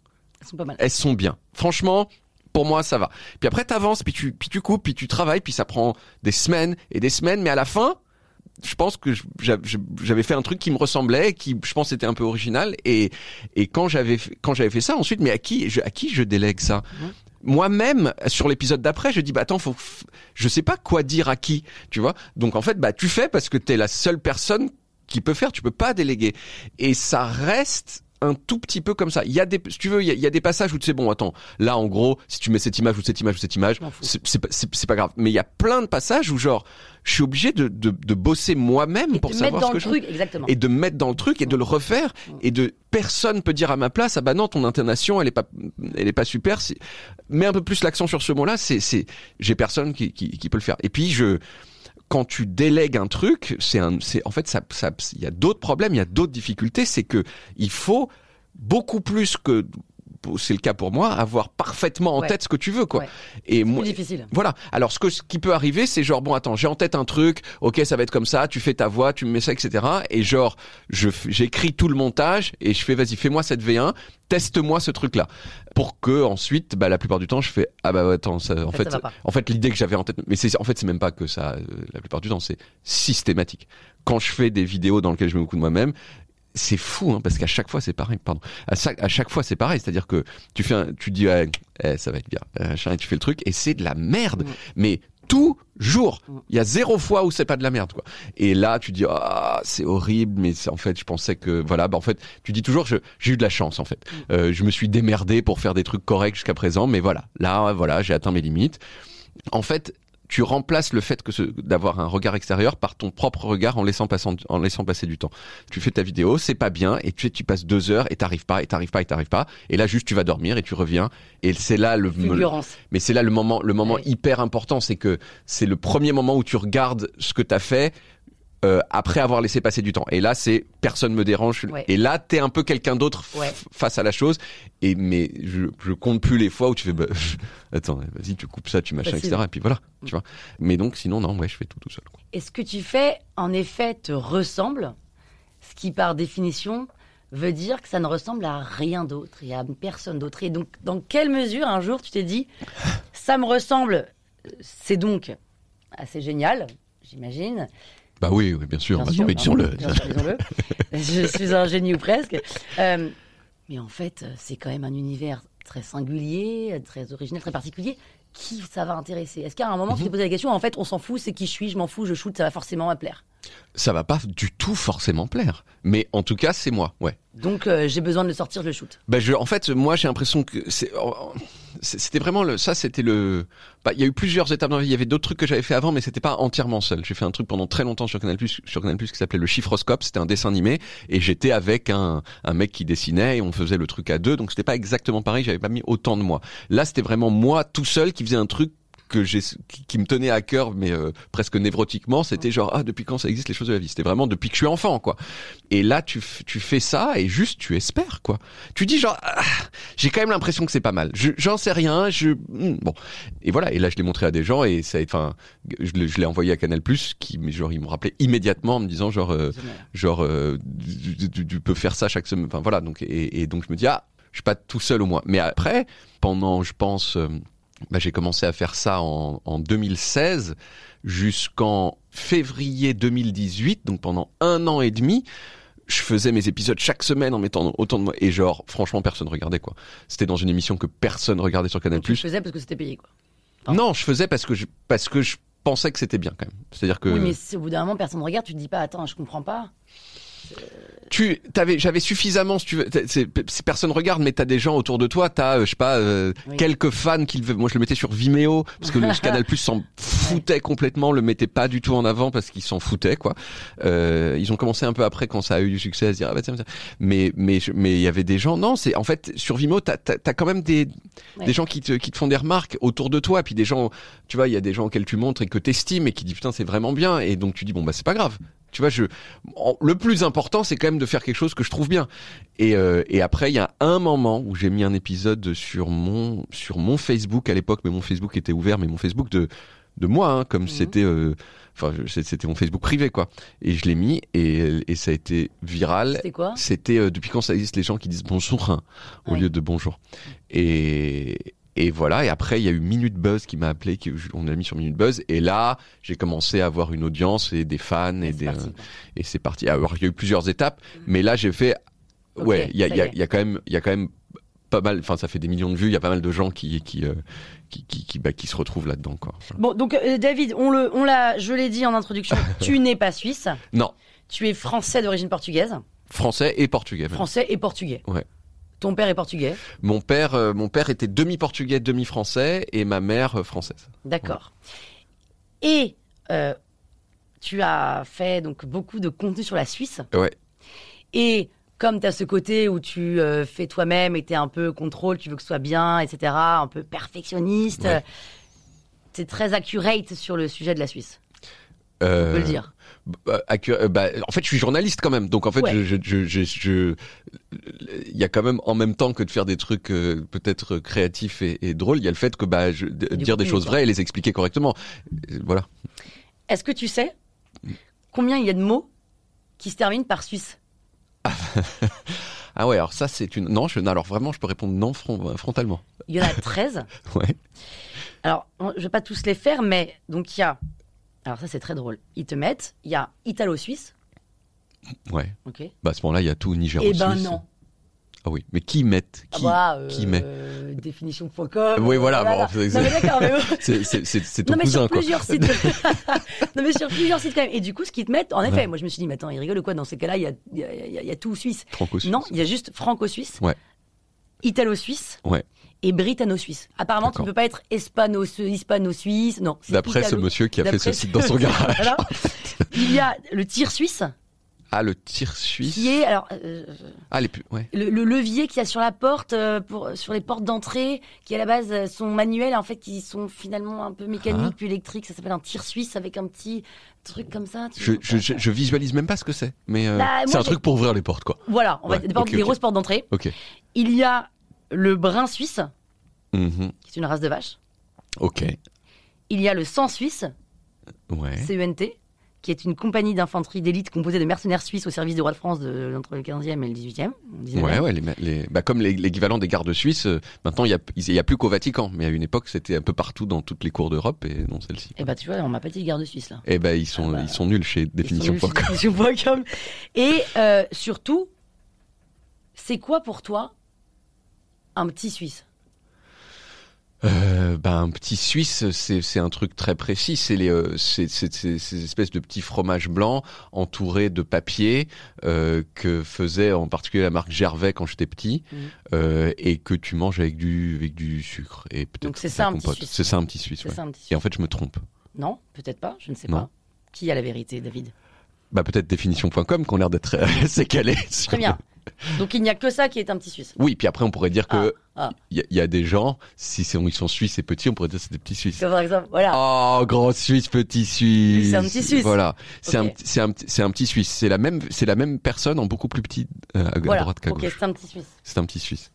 Elles sont pas mal.
elles sont bien. Franchement, pour moi, ça va. Puis après, t'avances, puis tu, puis tu coupes, puis tu travailles, puis ça prend des semaines et des semaines, mais à la fin, je pense que je- j'a- je- j'avais fait un truc qui me ressemblait, qui, je pense, était un peu original. Et, et quand j'avais, fait- quand j'avais fait ça, ensuite, mais à qui, je, à qui je délègue ça Moi-même, sur l'épisode d'après, je dis, bah attends, faut, f- je sais pas quoi dire à qui, tu vois. Donc en fait, bah tu fais parce que t'es la seule personne qui peut faire, tu peux pas déléguer. Et ça reste un tout petit peu comme ça. Il y a des, si tu veux, il y a, il y a des passages où tu sais, bon, attends, là, en gros, si tu mets cette image ou cette image ou cette image,
Je m'en fous.
c'est c'est pas, c'est- c'est pas grave. Mais il y a plein de passages où genre, je suis obligé de, de, de bosser moi-même
Et
pour
te mettre
savoir ce
dans
que
le
je
truc, exactement. Mm.
et de mettre dans le truc et de le refaire et de personne peut dire à ma place ah bah non ton intonation elle est pas elle est pas super si mets un peu plus l'accent sur ce mot là c'est c'est j'ai personne qui, qui qui peut le faire et puis je quand tu délègues un truc, c'est un, c'est en fait, ça, ça- il y a d'autres problèmes, il y a d'autres difficultés. C'est que il faut beaucoup plus que c'est le cas pour moi, avoir parfaitement en
Ouais.
tête ce que tu veux, quoi.
Ouais.
Et
Plus
moi,
difficile.
voilà. Alors ce, que, ce qui peut arriver, c'est genre bon attends, j'ai en tête un truc, ok ça va être comme ça, tu fais ta voix, tu me mets ça, etc. Et genre je f- j'écris tout le montage et je fais vas-y fais-moi cette V1, teste-moi ce truc là, pour que ensuite bah, la plupart du temps je fais ah bah attends ça, en
Ça,
fait
ça va pas.
en fait l'idée que j'avais en tête, mais c'est en fait c'est même pas que ça euh, la plupart du temps c'est systématique. Quand je fais des vidéos dans lesquelles je mets beaucoup de moi-même c'est fou hein, parce qu'à chaque fois c'est pareil pardon à, sa- à chaque fois c'est pareil c'est à dire que tu fais un- tu dis ah, eh, ça va être bien euh, machin, et tu fais le truc et c'est de la merde
Mm.
mais toujours il y a zéro fois où c'est pas de la merde quoi et là tu dis ah c'est horrible mais c'est- en fait je pensais que voilà bah en fait tu dis toujours je- j'ai eu de la chance en fait Euh, je me suis démerdé pour faire des trucs corrects jusqu'à présent mais voilà là voilà j'ai atteint mes limites en fait tu remplaces le fait que ce- d'avoir un regard extérieur par ton propre regard en laissant passer, en laissant passer du temps. Tu fais ta vidéo, c'est pas bien, et tu, tu passes deux heures et t'arrives pas, et t'arrives pas, et t'arrives pas, et là juste tu vas dormir et tu reviens, et c'est là le,
Fulgurance.
mais c'est là le moment, le moment
Ouais.
hyper important, c'est que c'est le premier moment où tu regardes ce que t'as fait euh, après avoir laissé passer du temps. Et là, c'est personne me dérange.
Ouais.
Et là, t'es un peu quelqu'un d'autre f-
Ouais.
face à la chose. Et mais je, je compte plus les fois où tu fais, bah, attends, vas-y, tu coupes ça, tu machins,
Facile.
etc. Et puis voilà, tu vois. Mais donc, sinon, non, ouais, je fais tout tout seul. quoi.
Et ce que tu fais, en effet, te ressemble, ce qui, par définition, veut dire que ça ne ressemble à rien d'autre et à personne d'autre. Et donc, dans quelle mesure, un jour, tu t'es dit, ça me ressemble, c'est donc assez génial, j'imagine.
Bah oui, oui, bien sûr.
Bien
bah,
sûr,
mais
hein,
disons-le.
bien sûr, disons-le. Je suis un génie ou presque. Euh, mais en fait, c'est quand même un univers très singulier, très original, très particulier. Qui ça va intéresser Est-ce qu'à un
Mhm.
moment, tu t'es posé la question, en fait, on s'en fout, c'est qui je suis, je m'en fous, je shoot, ça va forcément me plaire.
Ça va pas du tout forcément plaire. Mais en tout cas, c'est moi. Ouais.
Donc, euh, j'ai besoin de le sortir, je le shoot.
Ben je, en fait, moi, j'ai l'impression que c'est- oh, c'est- c'était vraiment le, ça, c'était le. bah, il y a eu plusieurs étapes dans la vie. Il y avait d'autres trucs que j'avais fait avant, mais c'était pas entièrement seul. J'ai fait un truc pendant très longtemps sur Canal sur Canal qui s'appelait le Chiffroscope. C'était un dessin animé et j'étais avec un, un mec qui dessinait et on faisait le truc à deux. Donc c'était pas exactement pareil. J'avais pas mis autant de moi. Là, c'était vraiment moi tout seul qui faisait un truc que j'ai qui, qui me tenait à cœur mais euh, presque névrotiquement c'était genre ah depuis quand ça existe les choses de la vie c'était vraiment depuis que je suis enfant quoi et là tu f- tu fais ça et juste tu espères quoi tu dis genre Ah, j'ai quand même l'impression que c'est pas mal Je- j'en sais rien je hmm, bon et voilà et là je l'ai montré à des gens et ça a été- enfin je l'ai- je l'ai envoyé à Canal Plus qui genre ils me rappelaient immédiatement en me disant genre euh, genre euh, tu, tu- tu peux faire ça chaque semaine enfin voilà donc et, et donc je me dis ah je suis pas tout seul au moins mais après pendant je pense euh, bah, j'ai commencé à faire ça en, en 2016 jusqu'en février 2018 donc pendant un an et demi je faisais mes épisodes chaque semaine en mettant autant de moi et genre franchement personne regardait quoi c'était dans une émission que personne regardait sur Canal
Donc, tu le faisais parce que c'était payé, quoi. pardon.
non je faisais parce que je, parce que je pensais que c'était bien quand même c'est à dire que Bah,
Oui, mais si au bout d'un moment, personne ne regarde, tu te dis pas, attends, je comprends pas.
tu t'avais j'avais suffisamment si tu veux t'as- c'est c'est- personne regarde mais t'as des gens autour de toi t'as euh, je sais pas euh,
Oui.
quelques fans qui le veulent. moi je le mettais sur Vimeo parce que le
[laughs]
Canal Plus s'en foutait complètement le mettait pas du tout en avant parce qu'ils s'en foutaient quoi euh, ils ont commencé un peu après quand ça a eu du succès à se dire ah bah tiens, tiens. mais mais je- mais il y avait des gens non c'est en fait sur Vimeo t'as t'as t'as quand même des
Ouais.
des gens qui te qui te font des remarques autour de toi puis des gens tu vois il y a des gens auxquels tu montres et que t'estimes et qui disent putain c'est vraiment bien et donc tu dis bon bah c'est pas grave tu vois je en- le plus important, c'est quand même de faire quelque chose que je trouve bien. Et, euh, et après, il y a un moment où j'ai mis un épisode sur mon sur mon Facebook à l'époque, mais mon Facebook était ouvert, mais mon Facebook de de moi, hein, comme c'était euh, enfin je- c'est- c'était mon Facebook privé quoi. Et je l'ai mis et, et ça a été viral.
C'était quoi
C'était euh, depuis quand ça existe les gens qui disent bonjour hein, au
Ouais.
lieu de bonjour. Et et voilà, et après il y a eu Minute Buzz qui m'a appelé, qui, on l'a mis sur Minute Buzz, et là j'ai commencé à avoir une audience et des fans et
Bah, C'est
des,
parti,
euh,
quoi.
et c'est parti. Alors, il y a eu plusieurs étapes, mais là, j'ai fait.
Ok,
Ouais, il y a,
ça
il y, a-
y est.
il y a quand même, il y a quand même pas mal. Enfin, ça fait des millions de vues. Il y a pas mal de gens qui qui euh, qui qui, qui, bah, qui se retrouvent là-dedans, quoi.
Bon, donc, euh, David, on le, on l'a, je l'ai dit en
[laughs]
introduction, tu n'es pas suisse,
Non,
tu es français d'origine portugaise.
français et portugais. même.
Français et portugais.
Ouais.
Ton père est portugais,
Mon père, euh, mon père était demi-portugais, demi-français, et ma mère euh, française.
d'accord. Et euh, tu as fait donc beaucoup de contenu sur la Suisse.
Ouais.
Et comme tu as ce côté où tu euh, fais toi-même et tu es un peu contrôle, tu veux que ce soit bien, etc., un peu perfectionniste, euh,
Ouais.
tu es très accurate sur le sujet de la Suisse. on peut le dire.
Euh, bah, accu- euh, bah, en fait, je suis journaliste quand même, donc en fait,
Ouais.
je, je, je, je- je- il y a quand même en même temps que de faire des trucs euh, peut-être créatifs et, et drôles, il y a le fait que bah, je- de-
Du
dire
contenu,
des choses
quoi.
vraies et les expliquer correctement. Euh, Voilà.
Est-ce que tu sais combien il y a de mots qui se terminent par Suisse
Ah ouais, alors ça c'est une. Non, je... non, alors vraiment, je peux répondre non fron- euh, frontalement.
Il
[laughs]
y en a 13.
Ouais.
Alors, on- je vais pas tous les faire, mais donc il y a. Alors, ça, c'est très drôle. Ils te mettent. Il y a Italo-Suisse.
Ouais.
Ok.
Bah à ce moment-là, il y a tout Niger
Eh
au
ben
Suisse.
non.
Ah oui, mais qui met qui,
Ah bah, euh,
qui met
Définition.com.
Oui,
euh,
voilà,
là,
bon,
là.
c'est-
Non, mais d'accord,
[laughs]
mais.
C'est- C'est c'est- c'est ton
Non mais,
cousin
sur
quoi.
plusieurs sites. [laughs]
[laughs]
non mais sur plusieurs sites quand même. Et du coup, ce qu'ils te mettent, en effet, moi je me suis dit, mais attends, ils rigolent ou quoi Dans ces cas-là, il y a, il y a- il y a- il y a tout suisse.
Franco-suisse.
Non, il y a juste franco-suisse,
Ouais.
italo-suisse
Ouais.
et britanno-suisse. Apparemment, tu ne
D'accord.
peux pas être hispano- hispano-suisse. Non. c'est
D'après ce
italo-
monsieur qui a fait ce
d'après
site dans son
[laughs]
garage.
Voilà. Il y a le tir suisse
Ah le tir suisse.
qui est alors euh,
Ah les pu- ouais.
le, le levier qu'il y a sur la porte euh, pour sur les portes d'entrée qui à la base euh, sont manuels en fait qui sont finalement un peu mécaniques
Ah.
puis électriques ça s'appelle un tir suisse avec un petit truc comme ça tu
Je,
vois.
je, je, je visualise même pas ce que c'est, mais euh,
Mmh. Bah, moi,
c'est un
j'ai-
truc pour ouvrir les portes quoi.
voilà on va
Ouais,
des, portes-
ok,
des
ok.
grosses portes d'entrée
Ok.
il y a le brun suisse
Mhm.
qui est une race de vache
Ok.
il y a le sang suisse
Ouais.
CENT qui est une compagnie d'infanterie d'élite composée de mercenaires suisses au service du roi de France de, entre le 15e et le 18e. le 19e.
Ouais, ouais, les, les- bah, comme les- l'équivalent des gardes suisses, euh, maintenant il n'y a, il y a plus qu'au Vatican, mais à une époque c'était un peu partout dans toutes les cours d'Europe et non celle-ci.
Et bah tu vois, on m'a pas dit garde suisse là.
Eh ben ils sont,
Ah bah,
ils sont nuls chez Définition
Ils sont nuls,
Poc.
c'est définition.com. Et euh, surtout, c'est quoi pour toi un petit Suisse
Euh, bah, un petit Suisse, c'est c'est un truc très précis. C'est les, euh, c'est- c'est- c'est- ces espèces de petits fromages blancs entourés de papier euh, que faisait en particulier la marque Gervais quand j'étais petit
Mhm.
euh, et que tu manges avec du, avec du sucre et peut-être
Donc c'est
de
ça
la
un petit
compote.
Suisse.
C'est ça un petit Suisse.
C'est
ouais.
ça un petit Suisse
Et en fait, je me trompe.
Non, peut-être pas, je ne sais
Non.
pas. Qui a la vérité,
[laughs]
David
Bah peut-être définition.com qui ont l'air d'être [laughs] assez calés. sur
Très
le-
bien. Donc il n'y a que ça qui est un petit Suisse.
Oui, puis après on pourrait dire que
Ah, ah.
il y, a- il y a des gens, si c'est- ils sont suisses et petits, on pourrait dire que c'est des petits suisses.
Comme par exemple, voilà.
Oh, grand Suisse, petit Suisse.
Oui, c'est un petit Suisse.
Voilà, c'est
Ok.
un petit- c'est un, petit- c'est un petit Suisse. C'est la même, c'est la même personne en beaucoup plus petit euh, à, à
voilà.
droite qu'à
ok,
gauche.
c'est un petit Suisse.
C'est un petit Suisse.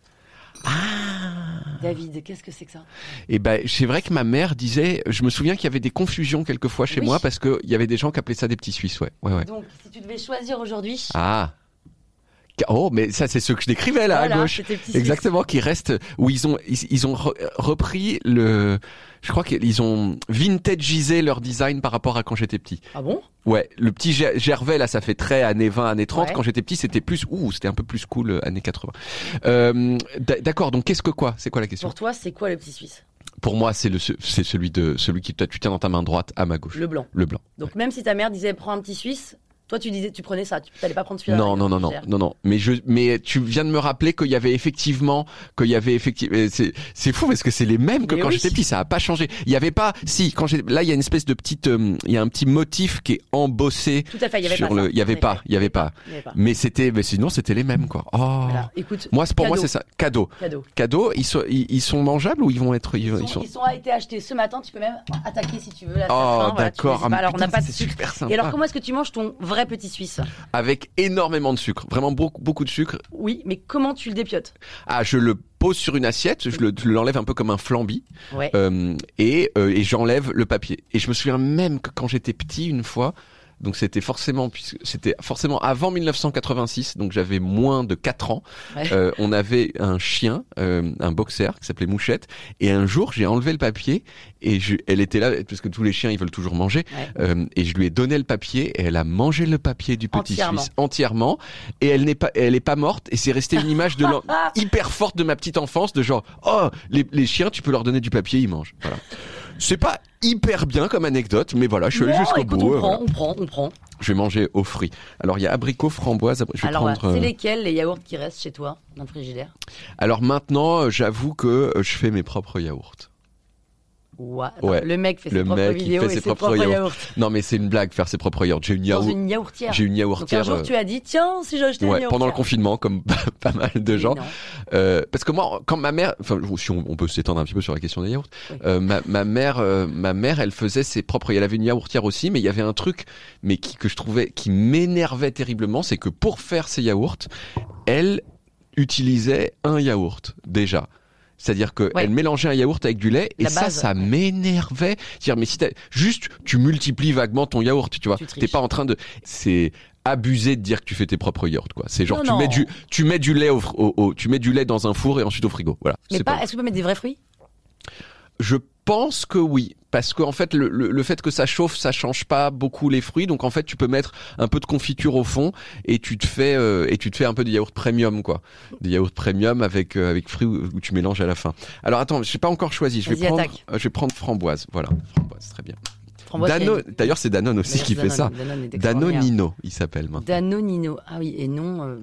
David, qu'est-ce que c'est que ça
Et ben, c'est vrai que ma mère disait, je me souviens qu'il y avait des confusions quelquefois chez
Oui.
moi parce que il y avait des gens qui appelaient ça des petits Suisses. Ouais, ouais, ouais.
Donc si tu devais choisir aujourd'hui,
Ah. Ca- Oh, mais ça, c'est ceux que je décrivais là
voilà,
Ah, à gauche.
c'était petit Suisse.
Exactement, qui reste où ils ont ils, ils ont re- repris le, je crois qu'ils ont vintageisé leur design par rapport à quand j'étais petit.
Ah bon
Ouais, le petit Ger- Gervais, là, ça fait très années 20, années 30.
Ouais.
Quand j'étais petit, c'était plus... Ouh, c'était un peu plus cool, euh, années 80. Euh, d- D'accord, donc qu'est-ce que quoi C'est quoi la question
Pour toi, c'est quoi le petit Suisse
Pour moi, c'est le c'est celui de celui qui tu tiens dans ta main droite à ma gauche.
Le
Le,
blanc.
blanc.
Donc même si ta mère disait prends un petit Suisse, toi tu disais tu prenais ça, tu n'allais pas prendre celui-là.
Non, non, non, non, non, non. Mais je, mais tu viens de me rappeler qu'il y avait effectivement, qu'il y avait effectivement, c'est, c'est fou parce que c'est les mêmes que
Mais
quand
oui.
j'étais petit. Ça a pas changé. Il y avait pas, si, quand j'ai, là, il y a une espèce de petite, euh, il y a un petit motif qui est embossé
Tout à fait, il y avait
sur
pas
le,
ça.
il y avait
En
pas,
effet.
il y avait pas.
Il y avait pas.
Mais c'était, mais sinon c'était les mêmes quoi. Oh.
Voilà. Écoute,
Moi, c'est- pour moi,
cadeau,
c'est ça. Cadeau.
Cadeau.
Cadeau, ils sont, ils, ils sont mangeables ou ils vont être.
Ils,
Ils, ils
sont,
sont...
ils sont été achetés ce matin. Tu peux même attaquer si tu veux. Là,
Oh,
Voilà, tu
d'accord.
les as pas.
Ah,
alors, on
putain,
n'a pas de
c'est
sucre.
super sympa.
Et alors, comment est-ce que tu manges ton vrai petit Suisse
Avec énormément de sucre. Vraiment beaucoup, beaucoup de sucre.
Oui, mais comment tu le dépiotes
Ah, je le pose sur une assiette, je le- je l'enlève un peu comme un flambi
Ouais.
euh, et, euh, et j'enlève le papier. Et je me souviens même que quand j'étais petit une fois, donc c'était forcément puisque c'était forcément avant 1986, donc j'avais moins de 4 ans.
Ouais.
euh, on avait un chien, euh, un boxer qui s'appelait Mouchette et un jour, j'ai enlevé le papier et je- elle était là parce que tous les chiens ils veulent toujours manger
Ouais.
euh, et je lui ai donné le papier et elle a mangé le papier du petit
Entièrement.
Suisse entièrement et elle n'est pas elle est pas morte et c'est resté une image de l'en-
[laughs]
hyper forte de ma petite enfance de genre oh les, les chiens tu peux leur donner du papier ils mangent voilà c'est pas hyper bien comme anecdote mais voilà je suis allé
Non,
jusqu'au
écoute, On
bout euh,
prend,
voilà.
on prend, on prend.
je vais manger aux fruits alors il y a abricot framboise abri- je vais
Alors, voilà,
prendre,
c'est
euh,
lesquels les yaourts qui restent chez toi dans le frigidaire
alors maintenant euh, j'avoue que euh, je fais mes propres yaourts
Ouah, attends,
Ouais.
Le mec fait ses
Le
propres
mec, il
vidéos
fait
et
ses
ses,
propres
propres
yaourts.
yaourts.
Non, mais c'est une blague, faire ses propres yaourts. J'ai une,
Dans
yaourt-
une yaourtière.
j'ai une
Donc un
yaourtière.
jour,
euh,
tu as dit, tiens, si j'achetais une
Ouais,
yaourtière.
pendant le confinement, comme [laughs] pas- pas mal de gens.
Mais non.
Euh, parce que moi, quand ma mère, enfin, je- si on, on peut s'étendre un petit peu sur la question des yaourts,
Oui.
euh, ma, ma mère, euh, ma mère, elle faisait ses propres. Elle avait une yaourtière aussi, mais il y avait un truc, mais qui, que je trouvais qui m'énervait terriblement, c'est que pour faire ses yaourts, elle utilisait un yaourt déjà. C'est-à-dire qu'elle
Ouais.
mélangeait un yaourt avec du lait et
La
ça,
base.
ça m'énervait. Dire mais si t'as juste tu multiplies vaguement ton yaourt, tu vois,
Tu triches.
t'es pas en train de c'est abusé de dire que tu fais tes propres yaourts quoi. C'est genre
Non,
tu
non.
mets du tu mets du lait au, fr- au- au- tu mets du lait dans un four et ensuite au frigo. Voilà.
Mais
C'est
pas,
pas-
est-ce qu'on peut mettre des vrais fruits
Je pense que oui, parce qu'en fait le, le, le fait que ça chauffe, ça change pas beaucoup les fruits, donc en fait tu peux mettre un peu de confiture au fond et tu te fais euh, et tu te fais un peu du yaourt premium quoi, des yaourts premium avec euh, avec fruits où où tu mélanges à la fin. Alors attends, j'ai pas encore choisi, je vais
Vas-y,
prendre
attaque.
euh, je vais prendre framboise, voilà framboise très bien.
Framboise,
Danone-
c'est-
d'ailleurs c'est Danone aussi
D'ailleurs,
qui fait ça.
Danone, Danone est extraordinaire.
Danonino, il s'appelle maintenant.
Danonino. Ah oui, et non. euh,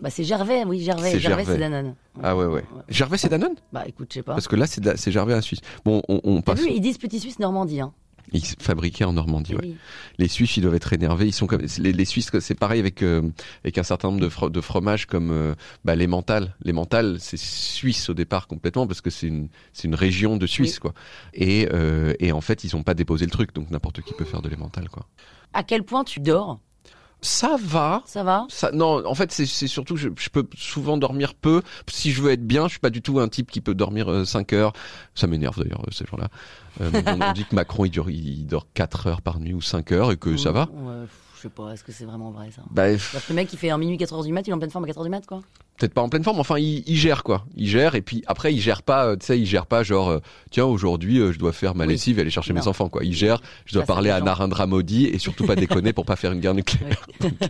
bah c'est Gervais, oui, Gervais.
C'est
Gervais,
Gervais.
c'est Danone.
Ah ouais ouais. Gervais c'est Danone
Bah écoute, je sais pas.
parce que là c'est de la- c'est Gervais à Suisse. Bon on, on
T'as
passe.
vu, ils disent petit Suisse Normandie. Hein.
Ils fabriquaient en Normandie. Ouais.
Oui.
Les Suisses, ils doivent être énervés. Ils sont comme les, les Suisses, c'est pareil avec euh, avec un certain nombre de, fro- de fromages comme euh, bah, les mentales. Les mentales, c'est suisse au départ complètement parce que c'est une c'est une région de Suisse quoi. Et euh, et en fait, ils ont pas déposé le truc, donc n'importe qui peut faire de l'emmental quoi.
À quel point tu dors
Ça va.
Ça va
Ça, non, en fait, c'est- c'est surtout que je, je peux souvent dormir peu. Si je veux être bien, je suis pas du tout un type qui peut dormir 5 heures. Ça m'énerve d'ailleurs, euh, ces gens-là. Euh, mais on, on dit que Macron, il, dure, il dort 4 heures par nuit ou 5 heures et que
Mmh.
ça va.
Ouais, pff, Je sais pas, est-ce que c'est vraiment vrai ça
Bah,
Parce que le mec, il fait un minuit 4h du mat, il est en pleine forme à 4h du mat, quoi.
peut-être pas en pleine forme, enfin, il, il gère quoi. Il gère et puis après, il gère pas, euh, tu sais, il gère pas genre, euh, tiens, aujourd'hui, euh, je dois faire ma
Oui.
lessive et aller chercher mes
Non.
enfants quoi. Il gère, je dois
Ça, c'est
parler à
intelligent.
Narendra Modi et
[laughs]
surtout pas déconner pour pas faire une guerre nucléaire. [laughs] donc, euh,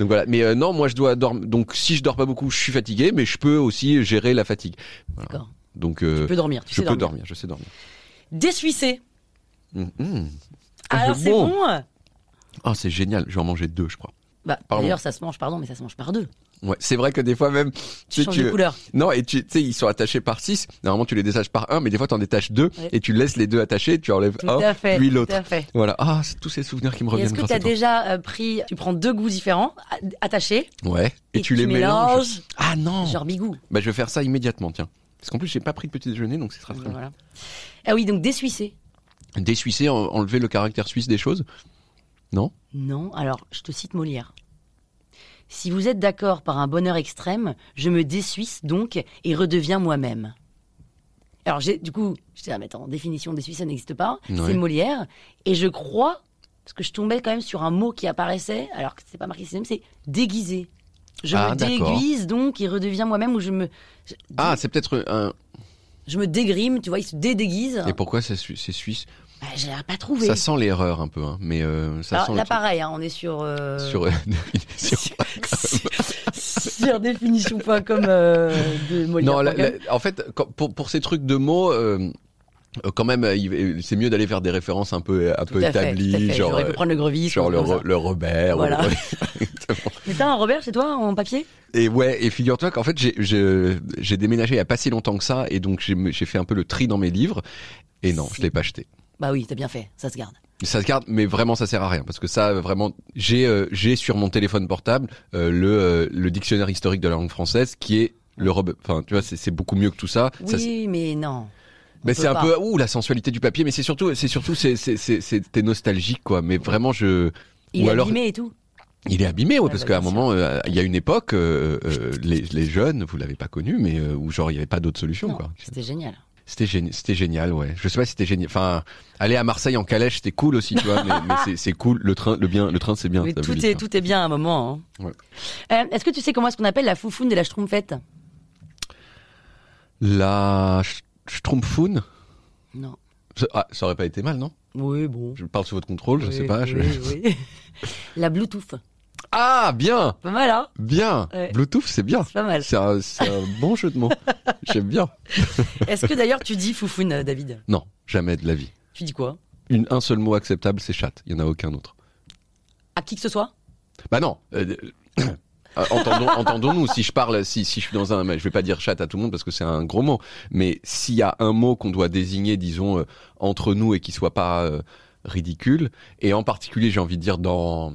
donc voilà. Mais euh, non, moi, je dois dormir. Donc si je dors pas beaucoup, je suis fatigué, mais je peux aussi gérer la fatigue. Voilà.
D'accord.
Donc euh,
Tu peux dormir, tu
je
sais
peux dormir. je sais dormir.
Dessuissé
Hum, hum. Ah,
Alors
c'est
c'est
bon.
bon
Ah, c'est génial. Je vais en manger deux, je crois.
Bah,
Pardon.
D'ailleurs, ça se mange, pardon, mais ça se mange par deux.
Ouais, c'est vrai que des fois même,
Tu
sais,
changes de couleur.
Non, et tu tu sais, ils sont attachés par 6. Normalement, tu les détaches par 1, mais des fois, tu en détaches 2
Ouais.
et tu laisses les deux attachés, tu enlèves
Tout
un,
à fait.
puis
Tout
l'autre.
à fait.
Voilà. Ah, c'est tous ces souvenirs qui me
Et
reviennent
est-ce que
grâce
tu as
à toi.
déjà euh, pris. Tu prends deux goûts différents, a- attachés,
Ouais. Et,
et
tu
tu
les mélanges.
mélanges.
Ah non.
genre bigou.
Bah, je vais faire ça immédiatement, tiens. Parce qu'en plus, j'ai pas pris de petit déjeuner, donc c'est très très
Voilà. Ah oui, donc dessuissé.
bien. Dessuisser, en- enlever le caractère suisse des choses. Non
Non, alors je te cite Molière. Si vous êtes d'accord par un bonheur extrême, je me dessuisse donc et redeviens moi-même. Alors j'ai du coup, je dis, ah, mais attends, définition dessuisse, ça n'existe pas.
Ouais.
C'est Molière. Et je crois, parce que je tombais quand même sur un mot qui apparaissait, alors que c'est pas marqué synonyme, c'est déguisé. Je
Ah,
me
d'accord.
déguise donc et redeviens moi-même ou je me, je,
Ah, c'est peut-être un.
je me dégrime, tu vois, il se dédéguise.
Et pourquoi c'est su- c'est suisse
Bah, je l'ai pas trouvé.
Ça sent l'erreur un peu, hein. Mais euh, ça
Alors,
sent. le
là,
truc.
pareil, hein, on est sur. euh,
Sur. sur-
sur définition.com euh, de Molière.
Non, la- la- en fait, quand- pour, pour ces trucs de mots, euh, euh, quand même, euh, il- c'est mieux d'aller vers des références un peu, euh, un
Tout
peu
à fait,
établies,
tout à fait.
genre,
J'aurais pu prendre le
euh,
Grevis.
genre
ou
le,
comme ça.
Ro- le Robert. ou
Voilà.
le- Exactement.
Mais t'as un Robert chez toi en papier
[laughs] et ouais, et figure-toi qu'en fait, j'ai- je- j'ai déménagé il n'y a pas si longtemps que ça, et donc j'ai j'ai fait un peu le tri dans mes livres, et non, je l'ai pas acheté.
Bah oui, t'as bien fait, ça se garde.
Ça se garde, mais vraiment, ça sert à rien parce que ça, vraiment, j'ai euh, j'ai sur mon téléphone portable euh, le euh, le dictionnaire historique de la langue française qui est le Robert. Enfin, tu vois, c'est c'est beaucoup mieux que tout ça. Ça, c'est-
Oui, mais non. On
Mais
peut
c'est un
pas.
peu ouh la sensualité du papier, mais c'est surtout c'est surtout c'est c'est c'est- c'est- t'es nostalgique quoi. Mais vraiment je
Il
ou
est
alors
abîmé et tout.
il est abîmé ouais,
Ouais,
parce
bah,
qu'à un
bien
moment euh, il y a une époque euh, euh, les les jeunes vous l'avez pas connu mais euh, où genre il y avait pas d'autre solution
Non,
quoi.
C'était génial.
C'était génial c'était génial ouais. Je sais pas si c'était génial. Enfin aller à Marseille en calèche c'était cool aussi tu vois mais, mais c'est c'est cool le train le bien le train c'est bien.
Mais
ça veut
tout
dire.
est, tout est bien à un moment. hein.
Ouais.
Euh, Est-ce que tu sais comment est-ce qu'on appelle la foufoune de la schtroumpfette
La sch- Schtroumpfoun
Non.
Ça- ah, ça aurait pas été mal non
Oui, bon.
Je parle sous votre contrôle je
Oui,
sais pas. je-
oui, oui. la Bluetooth.
[laughs] Ah bien
Pas mal, hein
Bien.
Ouais.
Bluetooth, c'est bien.
C'est pas
[laughs]
mal.
C'est un, c'est un bon jeu de mots. J'aime bien.
Est-ce que d'ailleurs tu dis foufoune, euh, David
Non, jamais de la vie.
Tu dis quoi
Une, un seul mot acceptable, c'est chatte. Il n'y en a aucun autre.
À qui que ce soit
Bah non. euh, [coughs] Euh, entendons, entendons-nous. Si je parle, si, si je suis dans un, mais je vais pas dire chat à tout le monde parce que c'est un gros mot. Mais s'il y a un mot qu'on doit désigner, disons euh, entre nous et qui soit pas euh, ridicule, et en particulier, j'ai envie de dire dans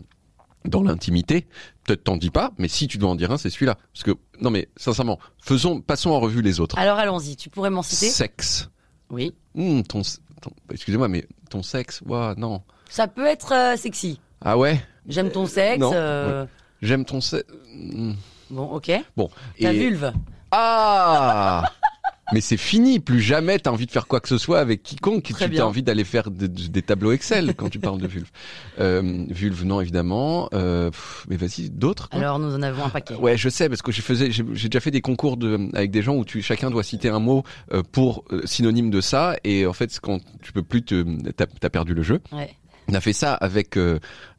dans l'intimité, peut-être t'en dis pas, mais si tu dois en dire un, c'est celui-là. Parce que non, mais sincèrement, faisons, passons en revue les autres.
Alors allons-y, tu pourrais m'en citer
Sexe.
Oui.
Hum, ton, ton- excusez-moi, mais ton sexe, ouah, non.
Ça peut être euh, sexy.
Ah ouais,
J'aime ton sexe.
non,
euh,
j'aime ton sexe. Hum.
Bon, ok.
Bon.
Ta
et- Hein
vulve.
Ah [laughs] Mais c'est fini, plus jamais t'as envie de faire quoi que ce soit avec quiconque.
Très
tu as
bien.
envie d'aller faire de- de- des tableaux Excel quand tu parles
[laughs]
de vulve. Euh, vulve, non évidemment. Euh, pff, mais vas-y, d'autres. quoi.
Alors, nous en avons un paquet.
Ouais, je sais parce que je faisais, j'ai j'ai déjà fait des concours de, avec des gens où tu chacun doit citer un mot euh, pour euh, synonyme de ça et en fait c'est quand tu peux plus te t'as t'as perdu le jeu.
Ouais.
On a fait ça avec euh,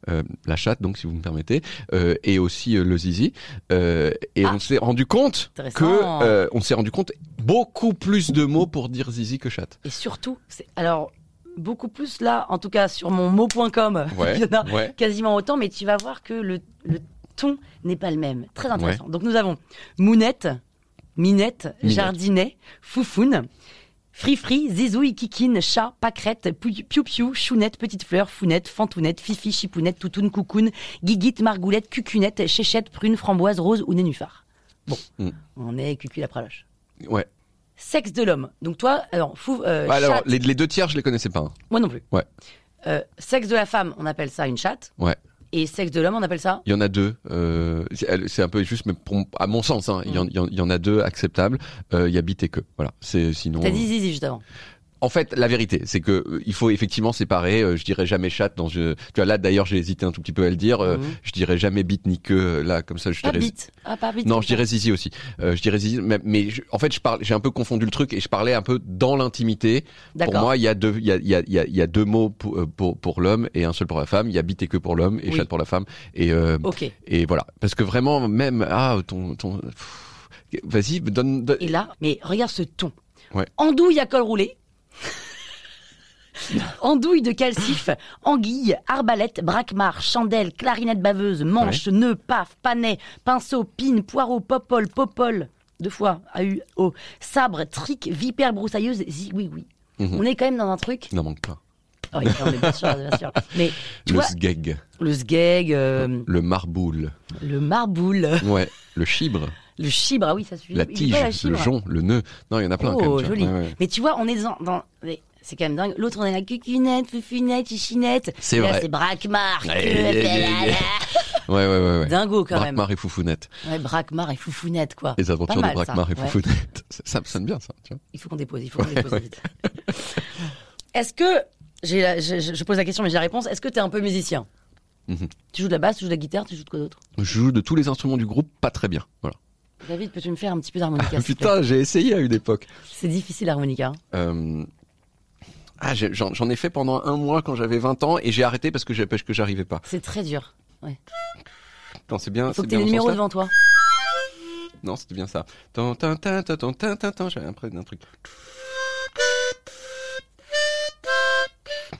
euh, la chatte donc si vous me permettez euh, et aussi euh, le zizi Euh, et on s'est rendu compte
Ah. Intéressant.
que euh, on s'est rendu compte beaucoup plus de mots pour dire zizi que chatte.
Et surtout, c'est alors beaucoup plus là, en tout cas sur mon [laughs] mot.com, il y en a
ouais.
quasiment autant, mais tu vas voir que le, le ton n'est pas le même. Très intéressant. Donc nous avons mounette, minette,
Minette.
jardinet, foufoune, frifri, zizouille, kikine, chat, pâquerette, piou-piou, chounette, petite fleur, founette, fantounette, fifi, chipounette, toutoune, coucoune, guiguite, margoulette, cucunette, chéchette, prune, framboise, rose ou nénuphar. Bon,
Mm.
on est cucul la praloche.
Ouais. Bah,
Sexe de l'homme. Donc toi, alors, fou, euh,
Alors
chatte-
les, les deux tiers je les connaissais pas. hein.
moi non plus.
Ouais.
Euh, sexe de la femme, on appelle ça une chatte.
Ouais.
Et sexe de l'homme, on appelle ça
Il y en a deux. Euh, c'est c'est un peu juste, mais pour- à mon sens, hein, il,
Mm.
y en, il y en- il y en a deux acceptables. Euh, il y a bite et que. Voilà. C'est sinon.
T'as dit zizi juste avant.
En fait, la vérité, c'est que euh, il faut effectivement séparer. euh, je dirais jamais chatte dans. une- Tu vois là, d'ailleurs, j'ai hésité un tout petit peu à le dire. euh, Je dirais jamais bite ni que. euh, Là, comme ça, je
Pas
dirais-
bite. Mhm. Ah, pas bite.
Non, je dirais zizi aussi. Euh, je dirais zizi, mais, mais je- en fait, je parle, j'ai un peu confondu le truc et je parlais un peu dans l'intimité. Pour
D'accord.
moi, il y a deux, il y a, il y a- il y a- il y a deux mots pour, euh, pour, pour l'homme et un seul pour la femme. Il y a bite et que pour l'homme et
Oui.
chatte pour la femme. Et euh,
Ok.
et voilà. Parce que vraiment, même, ah, ton, ton, pff, vas-y, donne, donne-
Et là, mais regarde ce ton.
Ouais.
Andouille à col
[laughs]
roulé. Andouille de calcif, anguille, arbalète, braquemar, chandelle, clarinette baveuse, manche, nœud, paf, panet, pinceau, pine, poireau, popole, popole, deux fois, A-U-O, sabre, trique, vipère broussailleuse, zi, oui, oui.
Mhm.
On est quand même dans un truc.
il en manque plein.
Oh, oui, on est bien sûr, bien sûr. Mais tu
Le
vois,
sgeg,
le sgeg, euh,
le marboule,
le marboule,
ouais, le chibre,
le chibre, ah oui, ça suffit.
la
Il est pas
tige, le
chibre.
jonc, le nœud. Non, il y en a plein. quand
Oh,
même, tu vois.
joli.
Ouais, ouais.
Mais tu vois, on est dans. dans- mais C'est quand même dingue. L'autre, on est la cucunette, fufunette, chichinette.
C'est
Là,
vrai.
c'est braquemar.
Ouais, ouais, ouais, ouais, Ouais, ouais, ouais, ouais.
ah, Dingo, quand même.
Braquemar et Foufounette.
Ouais, braquemar et foufounette, quoi.
Les aventures
Pas
de
mal, ça.
Braquemar et
Ouais.
Foufounette. [laughs] Ça, ça me sonne bien, ça. Tu vois.
Il faut qu'on dépose, il faut qu'on
[laughs]
dépose vite. Est-ce que. j'ai la- je, je- je pose la question, mais j'ai la réponse. Est-ce que t'es un peu musicien
Mhm.
Tu joues de la basse, tu joues de la guitare, tu joues de quoi d'autre
Je joue de tous les instruments du groupe pas très bien. Voilà.
David, peux-tu me faire un petit peu
[laughs]
d'harmonica s'il te plaît
Ah, Putain, j'ai essayé à une époque.
C'est difficile l'harmonica. hein.
Euh, Ah, j'ai- j'en j'en ai fait pendant un mois quand j'avais 20 ans et j'ai arrêté parce que j'ai- parce que j'arrivais pas.
C'est très dur. Ouais.
Non, c'est bien.
Faut que
Ah,
t'aies
c'est bien
le
dans ce
numéro
sens-là.
devant toi.
Non, c'était bien ça. Tan, tan, tan, tan, tan, tan, tan, tan, J'avais un près d'un truc.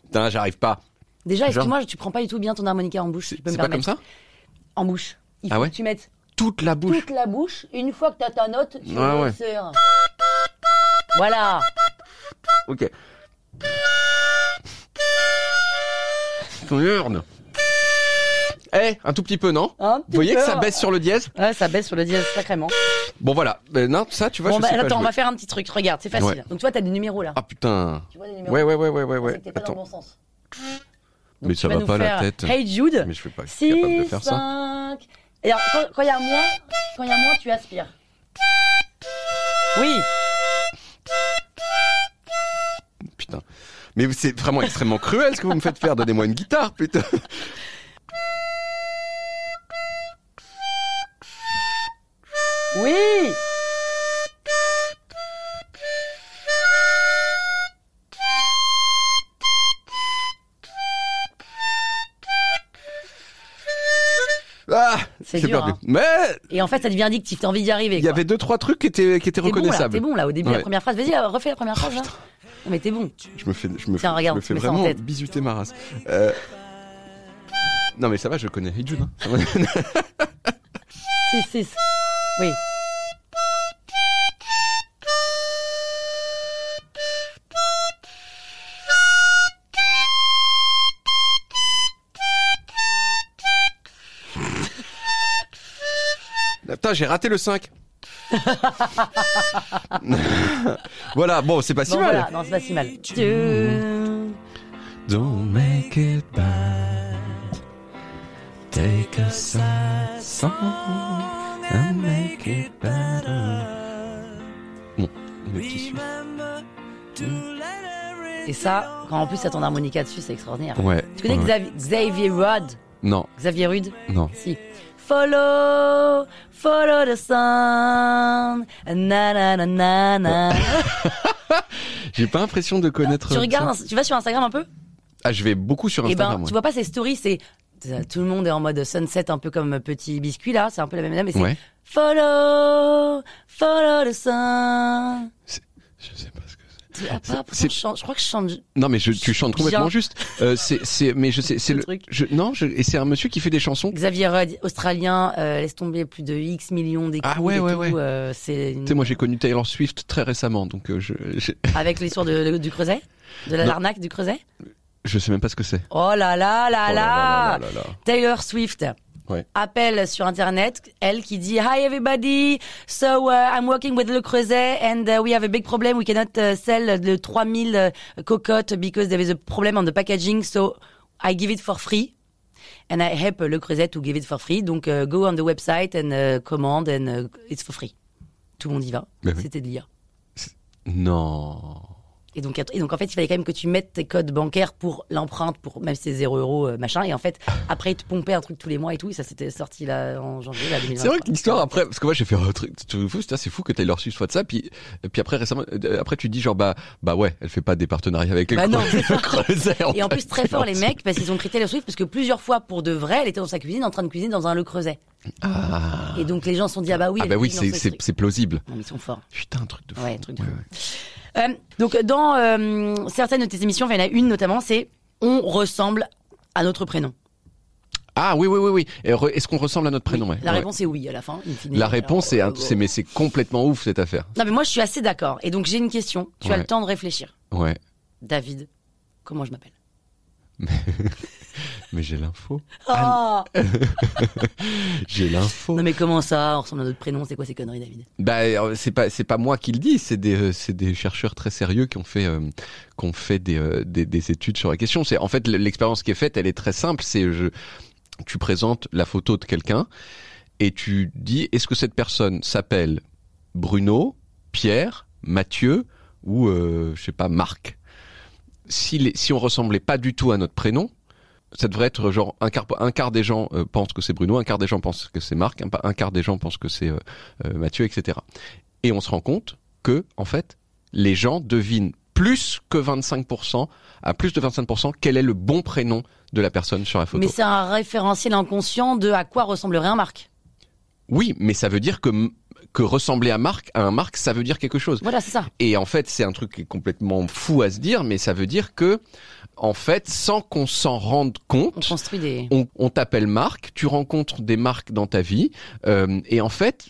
Putain, j'arrive pas.
Déjà,
Genre-
excuse-moi, tu prends pas du tout bien ton harmonica en bouche. si
C'est
je peux me
c'est pas comme
permettre.
ça
En bouche. Il
Ah
faut
ouais
que tu mettes
Toute la bouche.
toute la bouche. Une fois que t'as ta note, tu
Ouais,
la
ouais.
serres. Voilà.
Ok. Ton urne. Eh, un tout petit peu, non
Un petit
Vous voyez
peu.
que ça baisse sur le dièse
Ouais, ça baisse sur le dièse sacrément.
Bon, voilà. Ben, non, ça, tu vois,
bon,
je
bah,
sais pas
attends, on
jouer.
va faire un petit truc. Regarde, c'est facile.
Ouais.
Donc, toi, t'as des numéros là.
Ah putain.
Tu vois les numéros
Ouais, ouais, ouais, ouais,
C'est
ouais. ouais.
que t'es pas dans
Attends.
le bon sens.
Mais ça
Tu vas
va
nous
pas la
faire
tête.
Hey Jude.
Mais je suis pas capable de
6,
faire ça.
5. Et alors, quand- quand il y a moins, quand il y a moins, tu aspires. Oui.
Putain. Mais c'est vraiment extrêmement cruel ce que vous me faites faire. Donnez-moi une guitare, putain.
Oui
Ah,
C'est
j'ai
dur,
perdu.
hein.
Mais
Et en fait, ça devient addictif, t'as envie d'y arriver.
il y
quoi.
avait deux trois trucs qui étaient qui
T'es
étaient
bon là,
reconnaissables.
t'es bon là, au début,
Ouais. Oh,
la première phrase. Vas-y, euh, refais la première phrase là. Non, mais t'es bon.
Je me fais je me,
Tiens,
je
regarde,
me
tu
fais
mets ça en
vraiment
tête.
bisuter ma race. [laughs] Euh, Non mais ça va, je connais Hey Jude. hein. Ça va.
C'est, c'est- Oui.
Ah, Putain, j'ai raté le 5. [laughs] voilà, bon, c'est pas si
Bon,
mal.
voilà. Non, c'est pas si mal. Dieu.
Don't make it bad. Take a sad song and make it better. Bon, le petit suisse.
Et ça, quand en plus t'as ton harmonica dessus, c'est extraordinaire.
Ouais.
Tu connais
ouais.
Xavi- Xavier Rudd
Non,
Xavier Rudd
non.
Si. Follow, follow the sun, na na na na na. Ah,
J'ai pas l'impression de connaître.
tu regardes,
ça. [laughs]
ins- tu vas sur Instagram un peu
Ah, je vais beaucoup sur
Et
Instagram.
ben,
ouais.
tu vois pas ces stories, c'est tout le monde est en mode sunset, un peu comme petit biscuit là, c'est un peu la même idée, mais c'est
Ouais.
follow, follow the sun.
Je sais pas ce que c'est.
Tu- ah, pas- pourtant,
c'est-
je, chante- je crois que je chante.
Non, mais je, tu chantes complètement
Bien.
juste. Euh, c'est, c'est, mais je sais, c'est
Le
le.
truc.
je- non, je- et c'est un monsieur qui fait des chansons.
Xavier Rudd, australien, euh, laisse tomber plus de X millions d'écoutes.
Ah ouais,
et
ouais,
tout,
ouais.
euh, c'est une-
Tu sais, moi, j'ai connu Taylor Swift très récemment, donc euh, je, je,
avec l'histoire de- de- du creuset, de la
Non.
l'arnaque du creuset.
je sais même pas ce que c'est.
Oh là là là là,
Oh là là là là là.
Taylor Swift
Ouais.
appelle sur internet, elle qui dit Hi everybody, so uh, I'm working with Le Creuset and uh, we have a big problem, we cannot uh, sell the 3000 uh, cocottes because there is a problem on the packaging, so I give it for free. And I help Le Creuset to give it for free, donc uh, go on the website and uh, command and uh, it's for free. Tout le monde y va,
Ben oui.
c'était de l'IA.
Non.
Et donc, et donc en fait, il fallait quand même que tu mettes tes codes bancaires pour l'empreinte, pour même si c'est 0 euros, euh, machin. Et en fait, après, ils te pompaient un truc tous les mois et tout. Et ça, c'était sorti là en janvier, là, 2023.
C'est vrai que l'histoire après, parce que moi j'ai fait un truc, tu te fous, putain, c'est fou que Taylor Swift soit de ça, puis, puis après récemment, euh, après tu dis genre bah, bah ouais, elle fait pas des partenariats avec les
Bah non, c'est ça.
Creuset.
Et en plus,
[laughs]
très fort, les mecs, parce qu'ils ont crité le Swift, parce que plusieurs fois, pour de vrai, elle était dans sa cuisine en train de cuisiner dans un Le Creuset.
Ah,
Et donc, les gens se sont dit, ah bah oui,
ah
elle
bah oui,
cuisine
c'est,
dans ce
c'est,
truc.
c'est plausible.
Non, mais ils sont forts.
Putain, un truc de fou.
Ouais, truc de fou.
ouais.
Euh, donc, dans euh, certaines de tes émissions, enfin, il y en a une notamment, c'est On ressemble à notre prénom.
Ah oui, oui, oui, oui. Et re- Est-ce qu'on ressemble à notre prénom ouais,
La
ouais.
réponse est oui à la fin. in fine.
La
Alors,
réponse est, un-
euh,
c'est, mais c'est complètement ouf cette affaire.
Non, mais moi, je suis assez d'accord. Et donc, j'ai une question. Tu as
Ouais.
le temps de réfléchir.
Ouais,
David, comment je m'appelle
mais j'ai l'info.
Ah
J'ai l'info.
Non, mais comment ça On ressemble à notre prénom. C'est quoi ces conneries, David
Bah, euh, c'est pas c'est pas moi qui le dis, c'est des euh, c'est des chercheurs très sérieux qui ont fait euh, qui ont fait des, euh, des des études sur la question. C'est en fait l- l'expérience qui est faite, elle est très simple. C'est je tu présentes la photo de quelqu'un et tu dis est-ce que cette personne s'appelle Bruno, Pierre, Mathieu ou euh, je sais pas Marc. Si les, si on ressemblait pas du tout à notre prénom, ça devrait être genre un quart un quart des gens euh, pensent que c'est Bruno, un quart des gens pensent que c'est Marc, un, pa- un quart des gens pensent que c'est euh, euh, Mathieu, etc. Et on se rend compte que, en fait, les gens devinent plus que 25%, à plus de 25%, quel est le bon prénom de la personne sur la photo.
Mais c'est un référentiel inconscient de à quoi ressemblerait un Marc.
Oui, mais ça veut dire que, m- que ressembler à Marc, à un Marc, ça veut dire quelque chose.
Voilà, c'est ça.
Et en fait, c'est un truc qui est complètement fou à se dire, mais ça veut dire que, en fait, sans qu'on s'en rende
On
compte,
construit des.
on, on t'appelle Marc, tu rencontres des marques dans ta vie, euh, et en fait,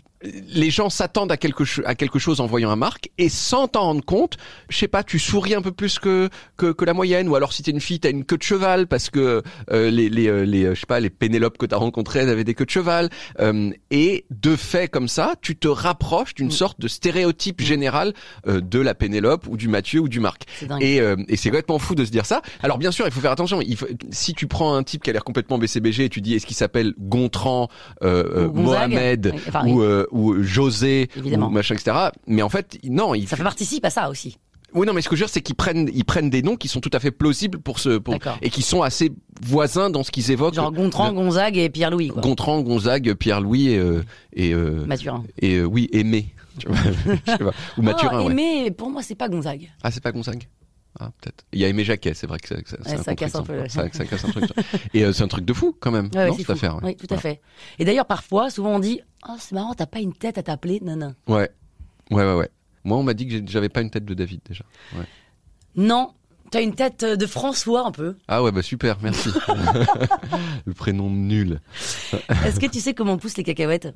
les gens s'attendent à quelque, cho- à quelque chose en voyant un Marc, et sans t'en rendre compte, je sais pas, tu souris un peu plus que, que, que la moyenne, ou alors si t'es une fille, t'as une queue de cheval, parce que euh, les, les, euh, les, euh, je sais pas, les Pénélopes que t'as rencontrées, elles avaient des queues de cheval, Euh, et de fait comme ça, tu te rapproches d'une sorte de stéréotype général euh, de la Pénélope, ou du Mathieu, ou du Marc.
C'est dingue.
Et, euh, et c'est complètement fou de se dire ça. Alors bien sûr, il faut faire attention. Il faut- si tu prends un type qui a l'air complètement BCBG et tu dis est-ce qu'il s'appelle Gontran, euh, euh,
Ou Gonzague.
Mohamed
Oui, enfin,
ou, euh, ou José
Évidemment.
ou machin etc. Mais en fait non, il...
Ça fait participe à ça aussi.
oui non mais ce que je veux dire c'est qu'ils prennent ils prennent des noms qui sont tout à fait plausibles pour ce pour...
D'accord.
et qui sont assez voisins dans ce qu'ils évoquent.
Genre Gontran,
Le-
Gonzague et Pierre-Louis. quoi.
Gontran, Gonzague, Pierre Louis et euh, et, euh,
Mathurin.
et, euh, oui Aimé. Tu vois, [laughs] je sais pas. Ou Mathurin.
Oh,
ouais.
Mais pour moi, c'est pas Gonzague.
Ah, c'est pas Gonzague Ah, peut-être. Il y a Aimé Jacquet, c'est vrai que ça, que ça, c'est
Ouais, ça casse un
contre-exemple.
peu le-
Ça, ça casse un truc. Et euh, c'est un truc de fou, quand même.
[laughs] Ouais, ouais,
non,
c'est
cette
fou.
affaire.
Oui, tout à fait. Et d'ailleurs, parfois, souvent, on dit Ah, c'est marrant, t'as pas une tête à t'appeler, nanan.
Ouais. Ouais, ouais, ouais. Moi, on m'a dit que j'ai- j'avais pas une tête de David, déjà. Ouais.
Non, t'as une tête euh, de François un
[laughs]
peu.
Ah ouais, bah super,
[laughs]
merci. le prénom nul.
Est-ce que tu sais comment poussent les cacahuètes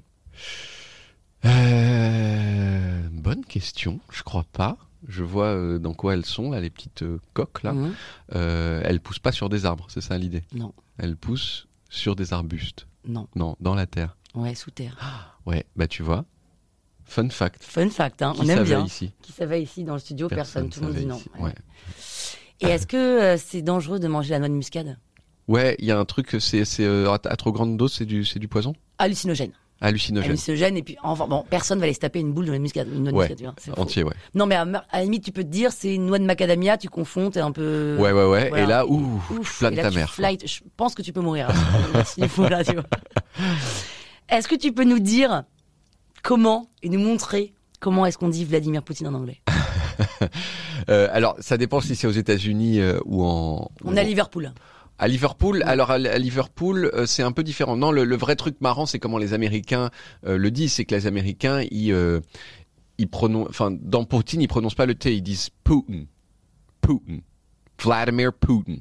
Euh, bonne question, je crois pas. Je vois euh, dans quoi elles sont, là, les petites euh, coques,
Mmh.
là.
Mhm.
Euh, elles poussent pas sur des arbres, c'est ça l'idée
Non.
Elles poussent sur des arbustes.
Non.
Non, dans la terre.
Ouais, sous terre.
Ouais, bah tu vois. Fun fact.
Fun fact, hein,
Qui
on aime
savait
bien.
ici
Qui savait ici dans le studio Personne, tout le monde
savait
dit non.
ici.
Ouais.
Ouais.
Et est-ce que euh, c'est dangereux de manger la noix de muscade
Ouais, il y a un truc, c'est c'est, euh, à, à trop grande dose, c'est du, c'est du poison
Hallucinogène.
Hallucinogène.
Hallucinogène, et puis, enfin, bon, personne va aller se taper une boule de noix de muscade. une noix de
Ouais,
muscade, tu vois, c'est faux.
Entier, ouais.
Non, mais à, ma- à la limite, tu peux te dire, c'est une noix de macadamia, tu confonds, t'es un peu.
ouais, ouais, ouais.
voilà.
Et là, ouh, tu
Ouf,
flânes
et là,
ta
tu
mère. quoi.
flight- je pense que tu peux mourir. hein. [laughs] à ce niveau-là, tu vois. Est-ce que tu peux nous dire comment et nous montrer comment est-ce qu'on dit Vladimir Poutine en anglais
Euh, alors, ça dépend si c'est aux États-Unis euh, ou en.
On
ou
a
en-
Liverpool.
À Liverpool, alors à, à Liverpool, euh, c'est un peu différent. Non, le, le vrai truc marrant, c'est comment les Américains euh, le disent, c'est que les Américains, ils, euh, ils prononcent, enfin, dans Poutine, ils prononcent pas le T, ils disent Putin, Putin, Vladimir Putin,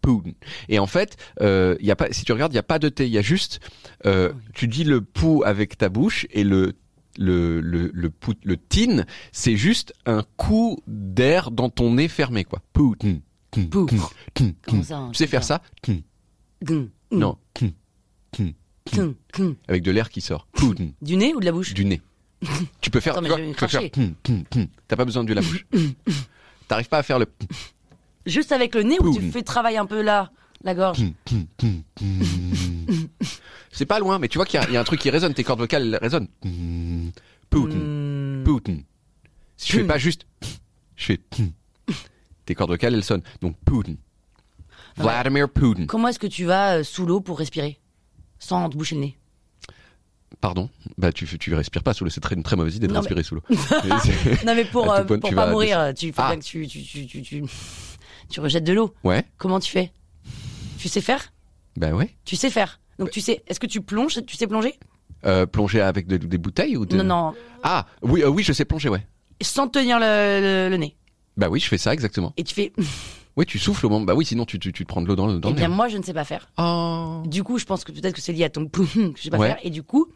Putin. Et en fait, euh, il y a pas, si tu regardes, il y a pas de T, il y a juste, euh, tu dis le pou avec ta bouche et le le le le, pout- le tin, c'est juste un coup d'air dans ton nez fermé, quoi. Putin. tin,
Pou.
tin, tin,
Comment
tin.
ça, hein,
tu sais
c'est
faire
ça Mm.
ça Tin.
Gun,
Non. Kin. Kin.
gun, gun.
Avec de l'air qui sort. Kin.
Du nez ou de la bouche
Du nez. tu peux faire.
Attends, mais
tu
je vais
vois, tu peux
cracher.
faire kin, kin, kin. T'as pas besoin de la bouche. T'arrives pas à faire le.
Juste avec le nez ou tu
Poum.
fais travailler un peu là la gorge
kin, kin, kin, kin. C'est pas loin, mais tu vois qu'il y a- il y, a un truc qui résonne. Tes cordes vocales elles résonnent.
Mm.
Kin. Putin.
Hmm.
Putin. Si je fais
Kin.
pas juste. Je fais. kin. Tes cordes vocales elles sonnent. Donc Putin. Vladimir Putin.
Comment est-ce que tu vas euh, sous l'eau pour respirer sans te boucher le nez
Pardon. Bah tu tu respires pas sous l'eau. C'est très- une très mauvaise idée de
Non, mais- [laughs]
respirer sous l'eau. C'est-
Non mais pour,
À
euh,
tout point,
pour
Ah, tu
pas
vas-
mourir, tu, faut
Ah.
bien que tu, tu, tu, tu, tu- tu rejettes de l'eau.
[laughs] ouais.
Comment tu fais Tu sais faire
Bah ouais.
Tu sais faire. Donc tu sais, est-ce que tu plonges Tu sais plonger
Euh, plonger avec de- des bouteilles ou de...
Non, non,
Ah oui, euh, oui, je sais plonger, ouais.
sans tenir le, le- le nez.
Bah oui, je fais ça exactement.
Et tu fais,
Oui, tu souffles au moment. Bah oui, sinon tu, tu, tu te prends de l'eau dans le dans
eh
le
bien
nez.
moi je ne sais pas faire.
Oh.
Du coup, je pense que peut-être que c'est lié à ton que je sais pas
Ouais.
faire. Et du coup,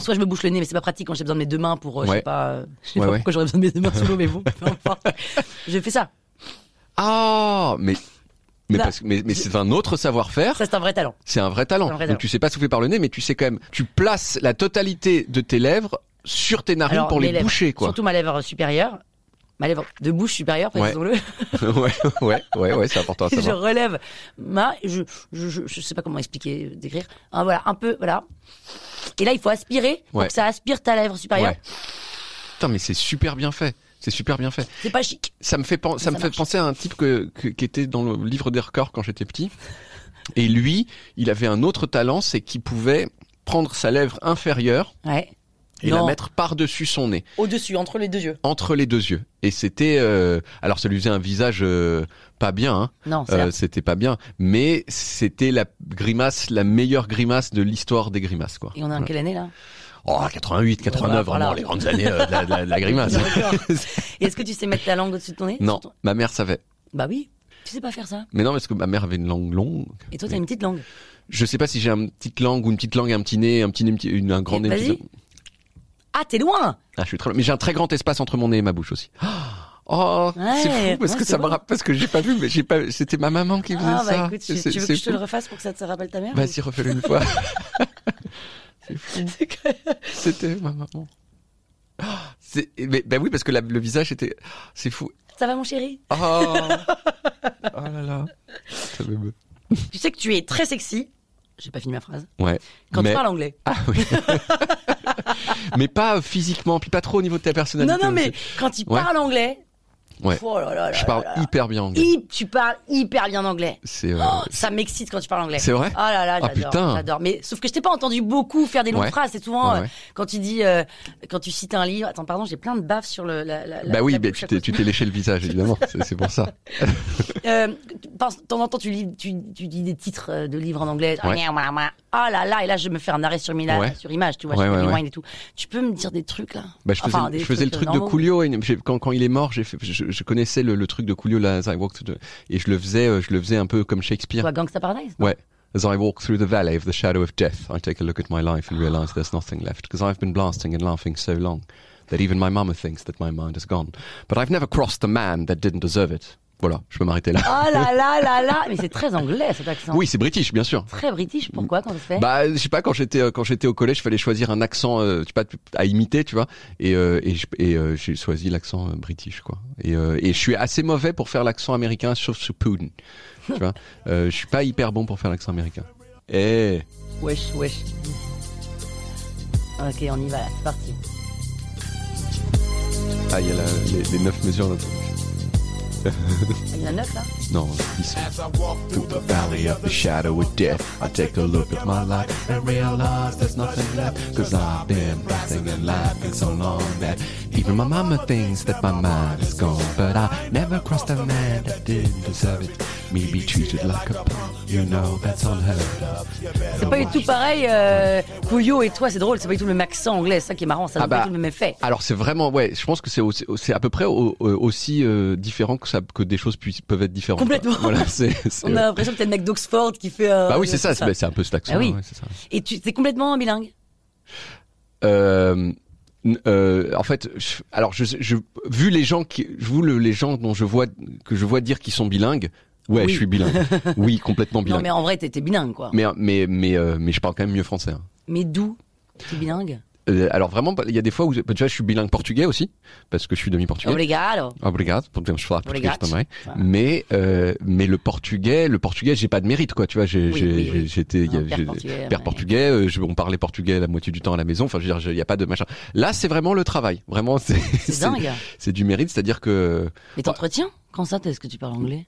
soit je me bouche le nez, mais c'est pas pratique quand j'ai besoin de mes deux mains pour, euh, je sais
Ouais.
pas, euh, je sais
Ouais,
pas
ouais.
pourquoi j'aurais besoin de mes deux mains sous l'eau, mais bon, peu importe. Je fais ça.
Ah, mais mais
Là.
parce que- mais, mais c'est un autre savoir-faire.
Ça c'est un vrai talent.
C'est un vrai talent.
C'est un vrai talent.
Donc tu sais pas souffler par le nez, mais tu sais quand même. Tu places la totalité de tes lèvres sur tes narines pour
mes
les
lèvres,
boucher, quoi.
Surtout ma lèvre supérieure, ma lèvre de bouche supérieure,
Ouais. Oh,
précisons-le.
[laughs] ouais, ouais, ouais, ouais, c'est important à
[laughs] je
savoir.
relève ma, je, je, je, je sais pas comment expliquer, décrire. Ah, voilà, un peu, voilà. Et là, il faut aspirer pour
Ouais.
que ça aspire ta lèvre supérieure.
Ouais. Putain, mais c'est super bien fait. C'est super bien fait.
C'est pas chic.
Ça me fait, pen- ça
Ça
me fait
marche.
penser à un type que, que- qui était dans le livre des records quand j'étais petit. Et lui, il avait un autre talent, c'est qu'il pouvait prendre sa lèvre inférieure
Ouais.
et
Non.
la mettre par-dessus son nez,
Au-dessus, entre les deux yeux.
entre les deux yeux. Et c'était... euh, alors ça lui faisait un visage euh, pas bien, hein.
Non, c'est
Euh,
là.
c'était pas bien, mais c'était la grimace, la meilleure grimace de l'histoire des grimaces. quoi.
Et on est en quelle année, là
Oh, 88, 89,
Ouais, bah,
vraiment
voilà.
les grandes années euh, de, la, de la-
[laughs]
de la grimace.
Et est-ce que tu sais mettre ta langue au-dessus de ton nez
[laughs] non,
Sur ton-
ma mère savait.
Bah oui. Tu sais pas faire ça.
Mais non, parce que ma mère avait une langue longue.
Et toi, t'as une petite langue.
Je sais pas si j'ai une petite langue ou une petite langue, un petit nez, un petit nez, petit- une- un grand nez.
Vas-y.
petit-
Ah, t'es loin
Ah, je suis très... Mais j'ai un très grand espace entre mon nez et ma bouche aussi. [gasps] Oh,
Ouais,
c'est fou parce
ouais,
que
c'est
ça me
beau.
rappelle parce que j'ai pas vu, mais j'ai pas. C'était ma maman qui faisait
Ah,
ça.
bah écoute, tu,
C'est-
tu veux
c'est
que je te le
fou.
refasse pour que ça te rappelle ta mère
Vas-y, refais-le une fois. [laughs] c'est fou. [laughs] C'était ma maman. [gasps] Ah, c'est- Mais, ben oui, parce que la- le visage était. [gasps] C'est fou.
Ça va, mon chéri [laughs]
Oh, oh là là. Ça m'émeut.
Tu sais que tu es très sexy. J'ai pas fini ma phrase.
Ouais.
Quand
mais...
tu parles anglais.
Ah oui. mais pas physiquement, puis pas trop au niveau de ta personnalité.
Non, non, mais
aussi.
quand il
Ouais.
parle anglais.
Ouais.
Oh là là là
Je parle
là là.
hyper bien anglais.
Hi- tu parles hyper bien anglais.
C'est. euh,
Oh, ça m'excite quand tu parles anglais.
C'est vrai
Oh là là,
Ah,
j'adore.
putain.
j'adore. Mais sauf que je t'ai pas entendu beaucoup faire des longues
Ouais.
phrases. C'est souvent
Ouais,
euh,
ouais.
quand tu dis, euh, quand tu cites un livre. Attends, pardon, j'ai plein de baffes sur le. La, la- la-
bah oui,
la
bah,
bouche
tu
à
t'es
cause-
tu t'es léché
[laughs]
le visage, évidemment. c'est c'est pour ça.
Euh, tu penses- de temps en temps, tu, lis, tu, tu dis des titres euh, de livres en anglais. Ah
Ouais.
là là, et là, je me fais un arrêt sur, Mila-
Ouais.
sur image, tu vois,
Ouais,
je fais
ouais,
rewind
ouais.
et tout. Tu peux me dire des trucs là
Bah, je faisais,
Enfin,
le-
des
je faisais le
trucs
truc de
normaux.
Coolio. et j'ai- Quand, quand il est mort, j'ai fait, je, je connaissais le, le truc de Coolio, là, As I Walked to the- et je le faisais, euh, je le faisais un peu comme Shakespeare.
Toi, Gangsta Paradise
Ouais. As I walk through the valley of the shadow of death, I take a look at my life and realize there's nothing left, because I've been blasting and laughing so long that even my mama thinks that my mind is gone. But I've never crossed the man that didn't deserve it. Voilà, je peux m'arrêter là.
Oh
[laughs]
là là là là Mais c'est très anglais cet accent.
Oui, c'est british, bien sûr.
Très british, pourquoi quand on le fait
Bah, je sais pas, quand j'étais euh, quand j'étais au collège, fallait choisir un accent, euh, je sais pas, à imiter, tu vois. Et euh, et, je- et, euh, j'ai choisi l'accent euh, british, quoi. Et euh, et je suis assez mauvais pour faire l'accent américain, sauf sur Putin. Tu
[laughs]
vois, Euh, je suis pas hyper bon pour faire l'accent américain. Eh,
Wesh, wesh. Ok, on y va, là, c'est parti.
ah, il y a la- les, les neuf mesures d'un truc.
Ah, Il y en a neuf là
Non, ils sont. Through the valley of the shadow of death, I take a look at my life and realize there's nothing left. Cause I've been blasting and laughing so long that even my mama thinks that my mind is gone. But I never crossed a man that didn't deserve it. Me be treated like a punk, you know that's unheard of.
C'est pas du tout pareil, euh, Pouillot et toi, c'est drôle, c'est pas du tout le même accent anglais, c'est ça qui est marrant, ça n'a
Ah bah.
pas du tout le même effet.
Alors c'est vraiment ouais, je pense que c'est aussi- c'est à peu près au- au- aussi euh, différent que ça que des choses puissent- peuvent être différentes.
Complètement.
Voilà,
[laughs]
c'est c'est-
On a l'impression que t'es le mec d'Oxford qui fait. euh,
Euh. Bah oui, c'est ça,
tout
c'est c'est un peu cet accent.
Ah oui.
ouais, c'est ça.
Et tu t'es complètement bilingue.
euh, n- euh, en fait, je- alors je, je vu les gens qui, vu le- les gens dont je vois que je vois dire qu'ils sont bilingues, ouais,
Oui.
je
[laughs]
suis bilingue, oui, complètement
Non,
bilingue.
mais en vrai, t'étais bilingue quoi. Mais,
mais mais mais euh, mais je parle quand même mieux français. hein.
d'où T'es bilingue
Euh, alors vraiment, il y a des fois où tu vois, je suis bilingue portugais aussi parce que je suis demi
Oh
portugais.
les gars, alors.
Obrigado, pour bien je parle portugais,
Obrigado.
c'est pas vrai. Mais euh, mais le portugais, le portugais, j'ai pas de mérite quoi, tu vois, j'ai
Oui,
j'ai-
oui, oui.
j'ai- j'étais il y
Un
a-
père
j'ai-
portugais,
père
ouais.
portugais, euh, je- on parlait portugais la moitié du temps à la maison, enfin je veux dire, je- il y a pas de machin. Là, c'est vraiment le travail, vraiment [laughs] c'est
C'est
c'est-
dingue.
c'est du mérite, c'est-à-dire que
Mais t'entretiens Quand ça, est-ce que tu parles anglais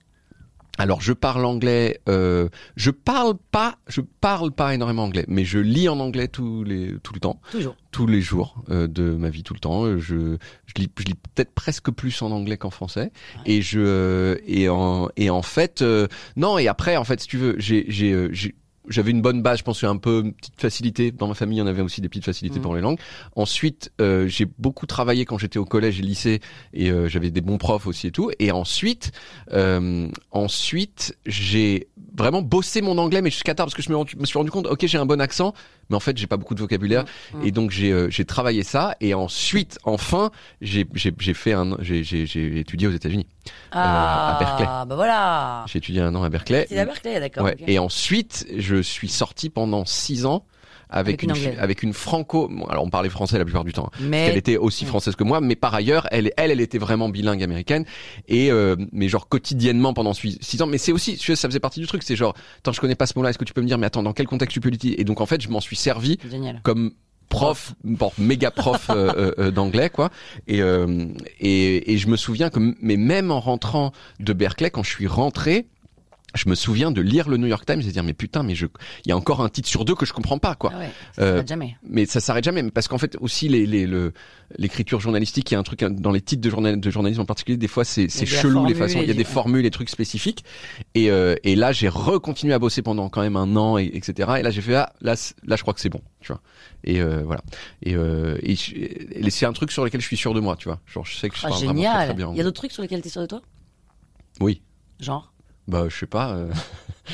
alors je parle anglais, euh, je parle pas, je parle pas énormément anglais, mais je lis en anglais tous les tout le temps,
Toujours.
tous les jours euh, de ma vie tout le temps. Euh, Je je lis, je lis peut-être presque plus en anglais qu'en français et je euh, et en et en fait euh, non et après en fait si tu veux j'ai j'ai euh, j'ai- j'avais une bonne base, je pense, un peu une petite facilité. Dans ma famille, on avait aussi des petites facilités pour les langues. Ensuite, euh, j'ai beaucoup travaillé quand j'étais au collège et lycée, et euh, j'avais des bons profs aussi et tout. Et ensuite, euh, ensuite, j'ai vraiment bossé mon anglais, mais jusqu'à tard, parce que je me, rendu- me suis rendu compte, ok, j'ai un bon accent, mais en fait, j'ai pas beaucoup de vocabulaire, et donc j'ai euh, j'ai travaillé ça. Et ensuite, enfin, j'ai j'ai- j'ai fait un, j'ai j'ai- j'ai étudié aux États-Unis.
Ah,
Euh, à Berkeley.
bah voilà.
J'ai étudié un an à Berkeley.
C'est à Berkeley, d'accord.
Ouais.
ok.
Et ensuite, je suis sorti pendant six ans avec,
Avec une
fi-
Anglaise.
avec une franco. bon, alors, on parlait français la plupart du temps. hein,
Mais-
Parce qu'elle était aussi française que moi, mais par ailleurs, elle, elle, elle était vraiment bilingue américaine. Et euh, mais genre quotidiennement pendant six six ans. Mais c'est aussi, tu sais, ça faisait partie du truc. C'est genre, attends, je connais pas ce mot-là. Est-ce que tu peux me dire, mais attends, dans quel contexte tu peux l'utiliser Et donc, en fait, je m'en suis servi
Génial.
comme prof, bon, méga prof euh, euh, euh, d'anglais quoi et, euh, et et je me souviens que m- mais même en rentrant de Berkeley quand je suis rentré je me souviens de lire le New York Times et de dire mais putain mais je il y a encore un titre sur deux que je comprends pas quoi
Ah ouais, ça
Euh,
s'arrête jamais.
mais ça s'arrête jamais mais parce qu'en fait aussi les les le l'écriture journalistique il y a un truc hein, dans les titres de journal de journalisme en particulier des fois c'est c'est
de la
chelou les
formule,
façons il y a
et-
des formules des trucs spécifiques et euh, et là j'ai recontinué à bosser pendant quand même un an et, etc et là j'ai fait ah là c'est- là je crois que c'est bon tu vois et euh, voilà et, euh, et, je- et c'est un truc sur lequel je suis sûr de moi tu vois genre je sais que je
Ah,
parle vraiment très, très
génial.
bien
Il y a d'autres trucs sur lesquels t'es sûr de toi
oui
Genre
bah, je sais pas. euh, [laughs]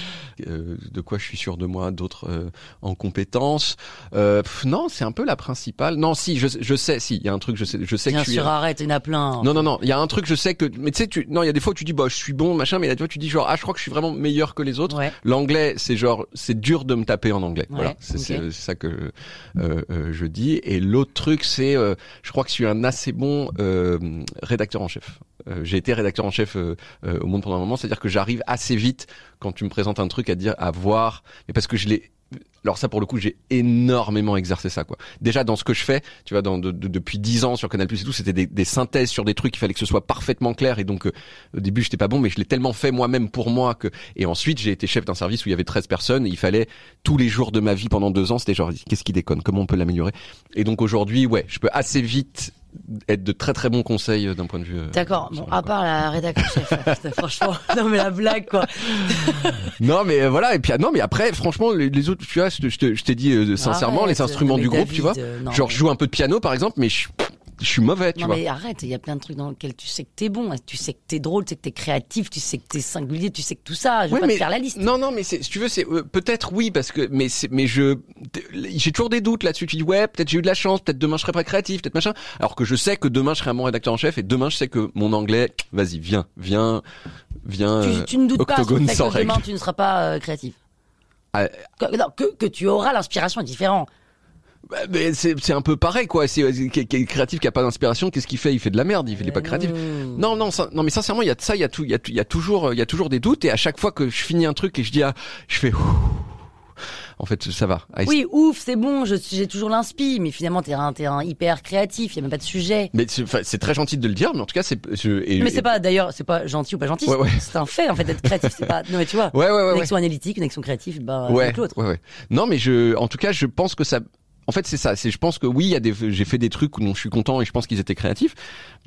euh, de quoi je suis sûr de moi, d'autres euh, en compétences. Euh, pff, non, c'est un peu la principale. Non, si, je, je sais, si, il y a un truc, je sais, je sais
Bien
que je suis. euh,
sûr, arrête, il y en a plein.
Non, non, non, il y a un truc, je sais que. Mais tu sais, tu... non, il y a des fois où tu dis, bah, je suis bon, machin, mais là, tu vois, tu dis, genre, ah, je crois que je suis vraiment meilleur que les autres.
Ouais.
L'anglais, c'est genre, c'est dur de me taper en anglais.
Ouais,
voilà, c'est
ok.
c'est- c'est ça que euh, euh, je dis. Et l'autre truc, c'est, euh, je crois que je suis un assez bon euh, rédacteur en chef. Euh, J'ai été rédacteur en chef euh, euh, au Monde pendant un moment, c'est-à-dire que j'arrive assez vite quand tu me présentes un truc à dire, à voir, mais parce que je l'ai. Alors ça, pour le coup, j'ai énormément exercé ça, quoi. Déjà dans ce que je fais, tu vois, dans, de- de- depuis 10 ans sur Canal Plus et tout, c'était des, des synthèses sur des trucs. Il fallait que ce soit parfaitement clair. Et donc euh, au début, j'étais pas bon, mais je l'ai tellement fait moi-même pour moi que. Et ensuite, j'ai été chef d'un service où il y avait 13 personnes. Et il fallait tous les jours de ma vie pendant deux ans, c'était genre qu'est-ce qui déconne, comment on peut l'améliorer. Et donc aujourd'hui, ouais, je peux assez vite être de très très bons conseils euh, d'un point de vue. euh,
D'accord,
sur
bon,
le
à
quoi.
part la rédaction chef, hein, putain, franchement, [laughs] non mais la blague quoi.
Non mais euh, voilà et puis ah, non mais après franchement les, les autres
Ah
tu vois je, te- je te- je t'ai dit euh, sincèrement
Arrête,
les instruments
non, mais
du groupe
David,
tu vois
euh, non,
genre
mais-
je joue un peu de piano par exemple mais je je suis mauvais, tu
Non
vois.
mais arrête, il y a plein de trucs dans lesquels tu sais que t'es bon, tu sais que t'es drôle, tu sais que t'es créatif, tu sais que t'es singulier, tu sais que tout ça. Je vais
Oui,
pas te
mais-
faire la liste.
Non, non, mais c'est- si tu veux, c'est euh, peut-être oui, parce que mais c'est- mais je j'ai toujours des doutes là-dessus. Tu dis ouais, peut-être j'ai eu de la chance, peut-être demain je serai pas créatif, peut-être machin. Alors que je sais que demain je serai un bon rédacteur en chef et demain je sais que mon anglais, vas-y, viens, viens, viens.
Tu,
euh,
tu ne doutes pas sur le
octogone
fait
sans
que demain
règle.
tu ne seras pas euh, créatif.
Ah,
Que, non, que, que tu auras l'inspiration est différent.
bah, mais c'est c'est un peu pareil quoi. C'est euh, qui- qui est créatif qui a pas d'inspiration, qu'est-ce qu'il fait Il fait de la merde, il fait il est
Euh,
pas créatif. Non, non, ça- non, mais sincèrement, il y a de ça, il y a tout, il y a, tout- il y a toujours, euh, il y a toujours des doutes et à chaque fois que je finis un truc et je dis ah, je fais. ouh. En fait, ça va. Ah, I
Oui, ouf, c'est bon, je- j'ai toujours l'inspi, mais finalement t'es un, t'es un hyper créatif, il y a même pas de sujet.
Mais c'est enfin, c'est très gentil de le dire, mais en tout cas, c'est. je- et-
Mais c'est
et-
pas d'ailleurs, c'est pas gentil ou pas gentil,
Ouais, ouais.
c'est un fait en fait d'être créatif, c'est pas. Non mais tu vois,
[laughs] Ouais, ouais, ouais,
une
ouais.
action analytique, une action créative, bah
Ouais,
avec l'autre.
ouais, ouais. Non, mais je, en tout cas, je pense que ça. En fait, c'est ça. C'est, je pense que oui, il y a des, j'ai fait des trucs dont je suis content et je pense qu'ils étaient créatifs,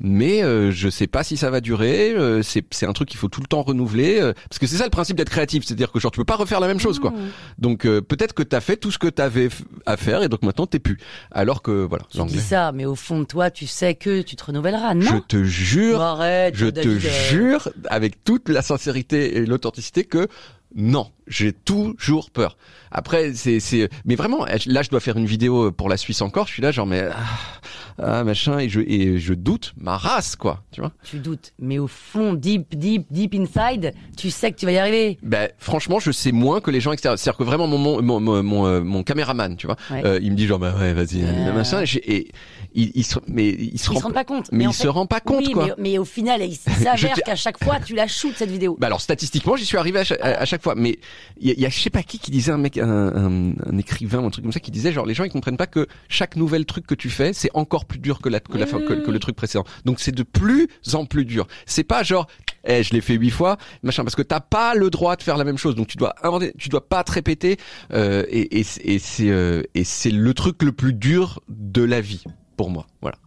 mais euh, je sais pas si ça va durer. euh, c'est, c'est un truc qu'il faut tout le temps renouveler, euh, parce que c'est ça le principe d'être créatif, c'est-à-dire que genre tu peux pas refaire la même chose,
Mmh.
quoi. Donc euh, peut-être que t'as fait tout ce que t'avais f- à faire et donc maintenant t'es plus. Alors que voilà,
Tu dis ça, mais au fond de toi, tu sais que tu te renouvelleras,
Je
non
te jure,
Arrête,
je
David,
te
euh,
jure, avec toute la sincérité et l'authenticité, que non, j'ai toujours peur. Après, c'est, c'est, mais vraiment, là, je dois faire une vidéo pour la Suisse encore. Je suis là, genre, mais ah, ah, machin, et je, et je doute ma race, quoi. Tu vois
Tu doutes, mais au fond, deep, deep, deep inside, tu sais que tu vas y arriver.
Ben, franchement, je sais moins que les gens extérieurs. C'est-à-dire que vraiment, mon mon mon, mon, mon, euh, mon caméraman, tu vois,
Ouais.
euh, il me dit genre, bah ouais, vas-y,
Euh.
machin. Et, j'ai- et il, il se, mais il se
Ils
rend,
se rendent pas compte.
mais, il
en
se
fait-
rend pas compte,
oui,
quoi.
Mais, mais au final, il s'avère
[laughs] Je t'ai-
qu'à chaque fois, tu la shootes cette vidéo.
Bah alors statistiquement, j'y suis arrivé à cha- à, à chaque fois, mais il y a, il y a je sais pas qui qui disait un mec, un, un- un écrivain ou un truc comme ça, qui disait genre les gens ils comprennent pas que chaque nouvel truc que tu fais c'est encore plus dur que la que, la, fin- que, que le truc précédent. Donc c'est de plus en plus dur. C'est pas genre eh je l'ai fait huit fois machin parce que t'as pas le droit de faire la même chose. Donc tu dois inventer, tu dois pas te répéter euh, et, et, c'est- et c'est euh, et c'est le truc le plus dur de la vie pour moi. Voilà.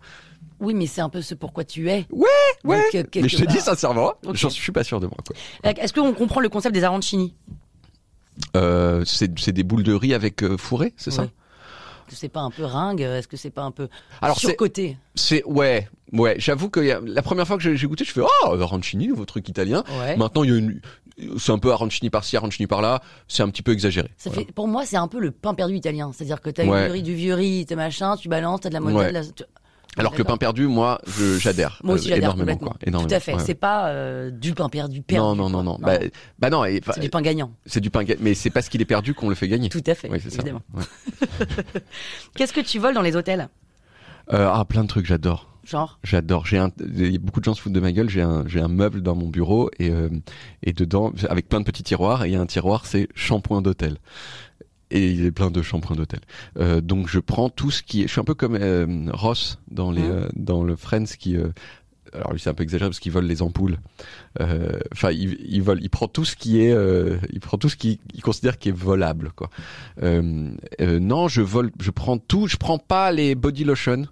Oui, mais c'est un peu ce pourquoi tu es.
Ouais, ouais.
Donc, euh, quelque
mais je te dis
part.
sincèrement,
Ok.
j'en suis pas sûr de moi. Quoi.
Euh, Est-ce qu'on comprend le concept des arancini
Euh, c'est c'est des boules de riz avec euh, fourré, c'est ça
Ouais. Est-ce que c'est pas un peu ringue Est-ce que c'est pas un peu
Alors, c'est-
surcoté
C'est ouais, ouais. J'avoue que y a- la première fois que j'ai j'ai goûté, je fais oh arancini, nouveau truc italien.
Ouais.
Maintenant il y a une, c'est un peu arancini par-ci, arancini par-là. C'est un petit peu exagéré.
Ça
Voilà.
fait, pour moi, c'est un peu le pain perdu italien. C'est-à-dire que t'as as
Ouais.
du riz, du vieux riz, t'as machin, tu balances, t'as de la moelle.
Ouais. Ah
de la- tu-
Alors que le pain
D'accord.
perdu, moi, je- j'adhère
Moi aussi,
euh,
j'adhère
énormément,
complètement.
quoi. Énormément.
Tout à fait.
Ouais.
C'est pas euh, du pain perdu, perdu.
non, non,
quoi. Ah
non, non. Bah, bah non. et-
c'est du pain gagnant.
C'est du pain. ga- Mais c'est parce qu'il est perdu qu'on le fait gagner.
Tout à fait,
Oui, c'est ça.
évidemment.
Ouais.
Qu'est-ce que tu voles dans les hôtels
Euh, ah, plein de trucs, j'adore.
Genre,
J'adore. J'ai un, il y a beaucoup de gens se foutent de ma gueule. J'ai un, j'ai un meuble dans mon bureau et euh, et dedans avec plein de petits tiroirs. Et il y a un tiroir, c'est shampoing d'hôtel. Et il est plein de shampoings d'hôtel. Euh, donc je prends tout ce qui est. Je suis un peu comme euh, Ross dans les
Mhm.
euh, dans le Friends qui. euh, alors lui c'est un peu exagéré parce qu'il vole les ampoules. Euh, Enfin il, il vole, il prend tout ce qui est, euh, il prend tout ce qu'il il considère qui est volable quoi. Euh, euh, non je vole, je prends tout, je prends pas les body lotion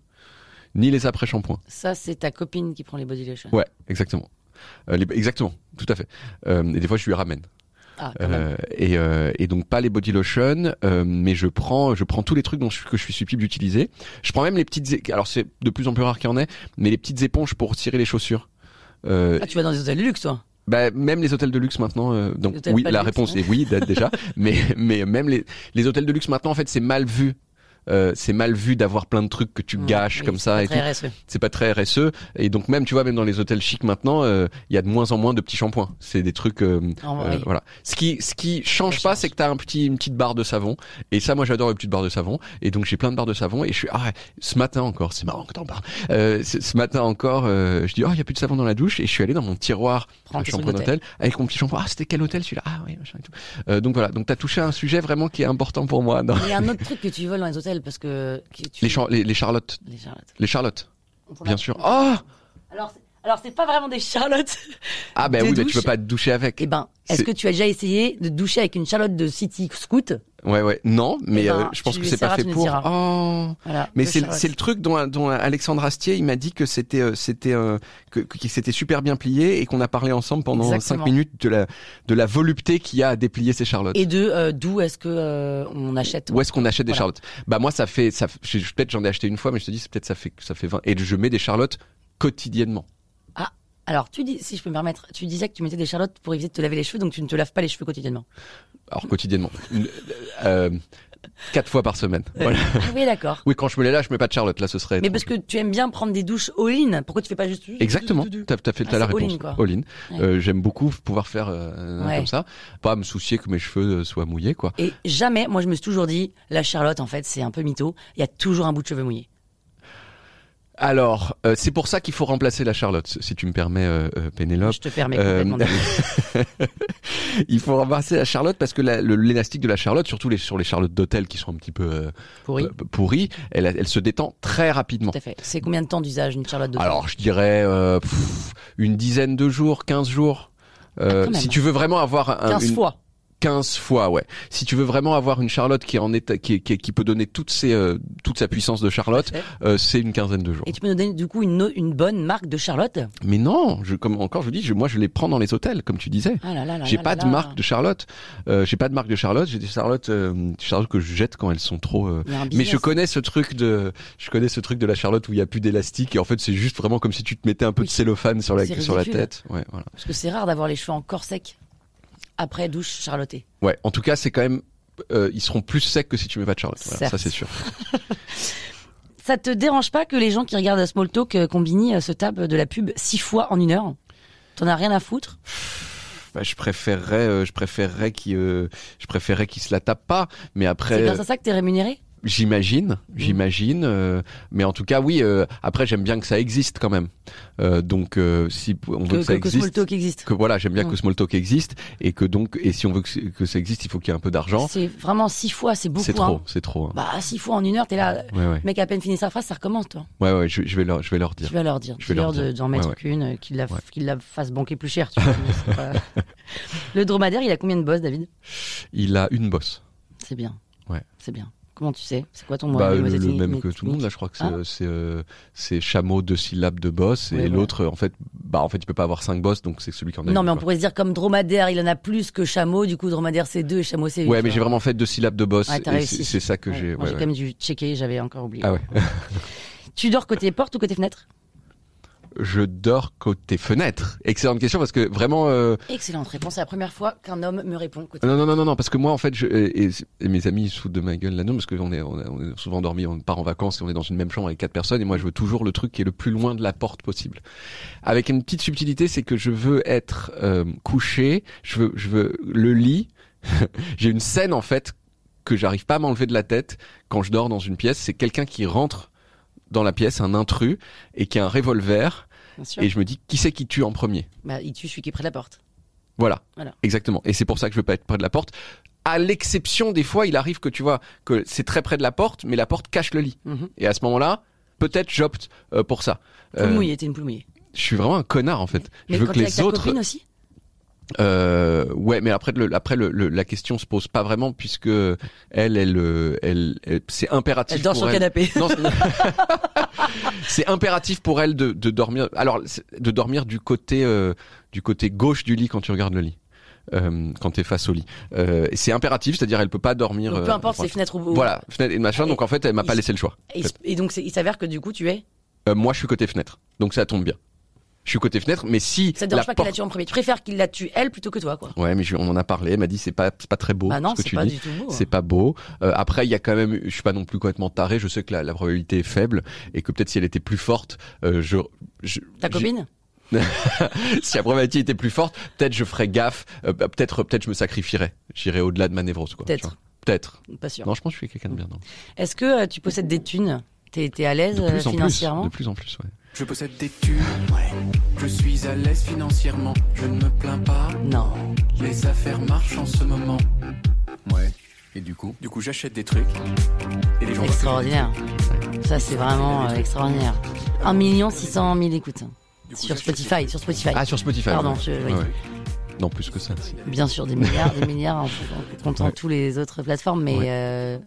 ni les après shampoings.
ça, c'est ta copine qui prend les body lotion.
Ouais, exactement. Euh, les- exactement, tout à fait. Euh, et des fois, je lui ramène.
Ah, quand même.
Euh, et, euh, et donc pas les body lotion, euh, mais je prends, je prends tous les trucs dont je- que je suis susceptible d'utiliser. Je prends même les petites, é- alors c'est de plus en plus rare qu'il y en ait, mais les petites éponges pour tirer les chaussures. Euh,
Ah, tu vas dans des hôtels de luxe, toi
bah, même les hôtels de luxe maintenant. euh, donc
Les hôtels
oui,
pas de
la
luxe,
réponse
hein.
est oui date
[laughs]
déjà. mais mais même les les hôtels de luxe maintenant, en fait, c'est mal vu. Euh, c'est mal vu d'avoir plein de trucs que tu gâches
Oui,
euh, comme
c'est
ça
pas
et tout
très RSE.
c'est pas très RSE et donc même tu vois même dans les hôtels chics maintenant euh, il y a de moins en moins de petits shampoings c'est des trucs euh,
Ah,
euh,
oui.
voilà ce qui ce qui change
Ça
pas
change.
c'est que t'as un petit une petite barre de savon et ça moi j'adore les petites barres de savon et donc j'ai plein de barres de savon et je suis ah ouais, ce matin encore c'est marrant que t'en parles euh, ce, ce matin encore euh, je dis oh il y a plus de savon dans la douche et je suis allé dans mon tiroir
Prends
à
tes
shampoing
sous
d'hôtel avec mon petit shampoing ah c'était quel hôtel celui-là ah oui machin et tout Euh, donc voilà donc t'as touché à un sujet vraiment qui est important pour moi dans
Il y a un autre truc que tu voles dans les hôtels parce que. que tu-
les, char- les les charlottes
Les Charlottes.
les charlottes
On s'en
bien
va-
sûr ah
Alors, c'est-
Alors, c'est pas vraiment des charlottes.
Ah
Des
ben oui, mais tu
douches.
peux pas te doucher avec.
Eh ben, est-ce
C'est-
que tu as déjà essayé de te doucher avec une charlotte de City Scout
Ouais, ouais. Non, mais
Eh ben,
euh, je pense
tu
que c'est pas
essaieras,
fait
tu me
pour.
diras.
Oh.
Voilà,
Mais
deux
c'est
charlottes.
c'est le truc dont, dont Alexandre Astier il m'a dit que c'était euh, c'était euh, que, que- qu'il s'était super bien plié et qu'on a parlé ensemble pendant
Exactement.
cinq minutes de la de la volupté qu'il y a à déplier ses charlottes.
Et de euh, d'où est-ce que euh, on achète
Où est-ce qu'on achète des
Voilà.
charlottes Bah moi ça fait ça fait- je- peut-être j'en ai acheté une fois mais je te dis c'est peut-être ça fait ça fait 20 et je mets des charlottes quotidiennement.
Alors, tu dis, si je peux me permettre, tu disais que tu mettais des charlottes pour éviter de te laver les cheveux, donc tu ne te laves pas les cheveux quotidiennement.
Alors quotidiennement. Le- euh, quatre fois par semaine. Voilà.
Ah oui, d'accord.
Oui, quand je me les là, je mets pas de charlotte là, ce serait
Mais parce que tu aimes bien prendre des douches all-in, pourquoi tu fais pas juste.
Exactement, t'as as fait
Ah,
t'as la
c'est all-in,
réponse.
quoi.
All-in.
Ouais.
Euh, J'aime beaucoup pouvoir faire euh,
Ouais.
comme ça, pas me soucier que mes cheveux euh, soient mouillés, quoi.
Et jamais, moi je me suis toujours dit, la charlotte en fait, c'est un peu mytho, il y a toujours un bout de cheveux mouillé.
Alors, euh, c'est pour ça qu'il faut remplacer la Charlotte, si tu me permets, euh, euh, Pénélope.
Je te permets
Euh,
complètement de-
[laughs] Il faut remplacer la Charlotte parce que la- le- l'élastique de la Charlotte, surtout les, sur les Charlottes d'hôtel qui sont un petit peu euh, [laughs]
pourri.
euh, pourries, elle, elle se détend très rapidement.
Tout à fait. C'est combien de temps d'usage une charlotte de
Alors, je dirais euh, pff, une dizaine de jours, 15 jours. Euh,
Ah, quand même.
si tu veux vraiment avoir un,
15
une-
fois.
15 fois, ouais. Si tu veux vraiment avoir une Charlotte qui est en état, qui, est- qui, est- qui peut donner toute ses, euh, toute sa puissance de Charlotte,
Parfait.
euh, c'est une quinzaine de jours.
Et tu peux nous donner du coup une, o- une bonne marque de charlotte
Mais non, je, comme encore je dis, je, moi je les prends dans les hôtels, comme tu disais.
Ah là là là
J'ai
là
pas
là
de
là.
marque de Charlotte. Euh, j'ai pas de marque de Charlotte. J'ai des Charlotte, Charlotte que je jette quand elles sont trop. euh,
Il y a un
Mais
business.
je connais ce truc de, je connais ce truc de la Charlotte où il y a plus d'élastique et en fait c'est juste vraiment comme si tu te mettais un peu
Oui.
de cellophane sur la
C'est
sur la
ridicule.
tête. Ouais, voilà.
Parce que c'est rare d'avoir les cheveux encore secs après douche charlottée.
Ouais. En tout cas, c'est quand même, euh, ils seront plus secs que si tu mets pas de Charlotte. Voilà,
Certes.
ça c'est sûr.
Ça te dérange pas que les gens qui regardent Smalltalk euh, Combini euh, se tapent de la pub six fois en une heure T'en as rien à foutre
Bah, je préférerais, euh, je préférerais qu'ils, euh, je préférerais qu'ils se la tapent pas. Mais après, euh,
C'est grâce à ça Mm. que t'es rémunéré
J'imagine, j'imagine, euh, mais en tout cas oui. euh, après, j'aime bien que ça existe quand même. Euh, donc, euh, si p- on veut que,
Que,
ça
que, que
existe,
Smalltalk existe.
que voilà, j'aime bien
Mm.
que Smalltalk existe et que donc, et si on veut que, c- que ça existe, il faut qu'il y ait un peu d'argent.
C'est vraiment six fois, c'est beaucoup.
C'est trop,
hein.
c'est trop. hein.
Bah six fois en une heure, t'es là.
Ouais, ouais,
Le Mec, à peine fini sa phrase, ça recommence, toi.
ouais, ouais. Je, je vais leur, je vais leur dire.
Tu vas leur dire.
Je
Tu
vais leur
leur de-
dire.
d'en mettre
Ouais, ouais.
qu'une, euh, qu'il la,
Ouais.
qu'il la fasse banquer plus cher. tu vois. C'est pas-
[laughs]
Le dromadaire, il a combien de bosses, David
Il a une bosse.
C'est bien.
Ouais.
C'est bien. Comment tu sais C'est quoi ton mot
bah,
mot-
le, le
technique-
même que tout le monde là, je crois que c'est,
Ah.
euh, c'est, euh, c'est chameau deux syllabes de bosse et
Ouais, ouais.
l'autre, en fait, bah en fait, il peut pas avoir cinq bosses, donc c'est celui qui en a.
Non,
une,
mais on
quoi.
pourrait se dire comme dromadaire, il en a plus que chameau. Du coup, dromadaire, c'est deux et chameau, c'est une,
Ouais,
tu
mais
vois.
j'ai vraiment fait deux syllabes de bosse
euh, Ouais, t'as
et
réussi.
c'est, c'est ça que
Ouais,
j'ai.
moi,
ouais,
j'ai
ouais.
quand même dû checker, j'avais encore oublié.
Ah ouais. [laughs]
Tu dors côté porte ou côté fenêtre
Je dors côté fenêtre. Excellente question parce que vraiment. euh,
Excellente réponse. C'est la première fois qu'un homme me répond côté
Ah, Non, non, non, non, non, parce que moi, en fait, je, et, et mes amis ils se foutent de ma gueule là-dedans, parce qu'on est, on, est- on est souvent dormi, on part en vacances et on est dans une même chambre avec quatre personnes, et moi, je veux toujours le truc qui est le plus loin de la porte possible. Avec une petite subtilité, c'est que je veux être euh, couché, je veux, je veux le lit. [laughs] J'ai une scène, en fait, que j'arrive pas à m'enlever de la tête quand je dors dans une pièce, c'est quelqu'un qui rentre dans la pièce, un intrus, et qui a un revolver,
Bien sûr.
et je me dis, qui c'est qui tue en premier
Bah, il tue celui qui est près de la porte.
Voilà.
Voilà.
Exactement. Et c'est pour ça que je veux pas être près de la porte. À l'exception des fois, il arrive que tu vois que c'est très près de la porte, mais la porte cache le lit.
Mhm.
Et à ce moment-là, peut-être j'opte euh, pour ça.
Poule
Euh,
mouillée, t'es une poule mouillée.
je suis vraiment un connard en fait.
Mais
je veux
quand
que
t'es avec
les
ta
autres.
copine aussi
Euh, ouais, mais après, le, après le, le- la question se pose pas vraiment puisque elle, elle, euh, elle, elle- c'est impératif.
Elle dort
pour
sur le canapé.
Non, c'est- [laughs] c'est impératif pour elle de, de dormir. Alors, c'est- de dormir du côté euh, du côté gauche du lit quand tu regardes le lit, euh, quand t'es face au lit. Euh, c'est impératif, c'est-à-dire elle peut pas
[laughs]
dormir.
Donc peu
euh,
importe
enfin,
ses fenêtres ou
Voilà, fenêtre et machin.
Et-
Donc en fait, elle m'a
il
pas
se-
laissé le choix.
Et, il se- et donc c'est- il s'avère que du coup tu es.
Euh, moi, je suis côté fenêtre, donc ça tombe bien. Je suis côté fenêtre, mais
Ça
si
te
la
dérange pas
porte-
qu'elle la tue en premier. Tu préfères qu'il la tue elle plutôt que toi quoi.
Ouais, mais je- on en a parlé. Elle m'a dit c'est pas c'est pas très beau
Ah non,
Oh, ce que
c'est
tu
pas
dis.
du tout beau.
C'est pas beau. Euh, après, il y a quand même. Je suis pas non plus complètement taré. Je sais que la, la probabilité est faible et que peut-être si elle était plus forte, euh, je, je-
Ta
je-
copine
[laughs] si la probabilité était plus forte, peut-être je ferais gaffe. euh, bah, peut-être peut-être je me sacrifierais. J'irais au-delà de ma névrose. quoi,
Peut-être.
tu vois. Peut-être.
Pas sûr.
Non, je pense que je suis quelqu'un de bien. non.
Est-ce que euh, tu possèdes des thunes T'es t'es à l'aise
De
euh,
plus en plus.
financièrement
De plus en plus. Ouais.
Je possède des thunes, je suis à l'aise financièrement, je ne me plains pas,
Non.
les affaires marchent en ce moment.
Ouais. Et du coup
Du coup, j'achète des trucs et les gens voient que j'ai des
Extraordinaire. Ça c'est vraiment euh, extraordinaire. 1 million 600 000 écoutes.
trucs.
Du coup,
sur
ça, je te dis.
Spotify, sur Spotify.
Ah, sur Spotify.
Bah, Pardon,
ouais.
je- oui.
Ouais. Non, plus que ça. si.
Bien sûr, des milliards,
[laughs]
des milliards en, en comptant
Ouais.
tous les autres plateformes, mais
Ouais.
euh,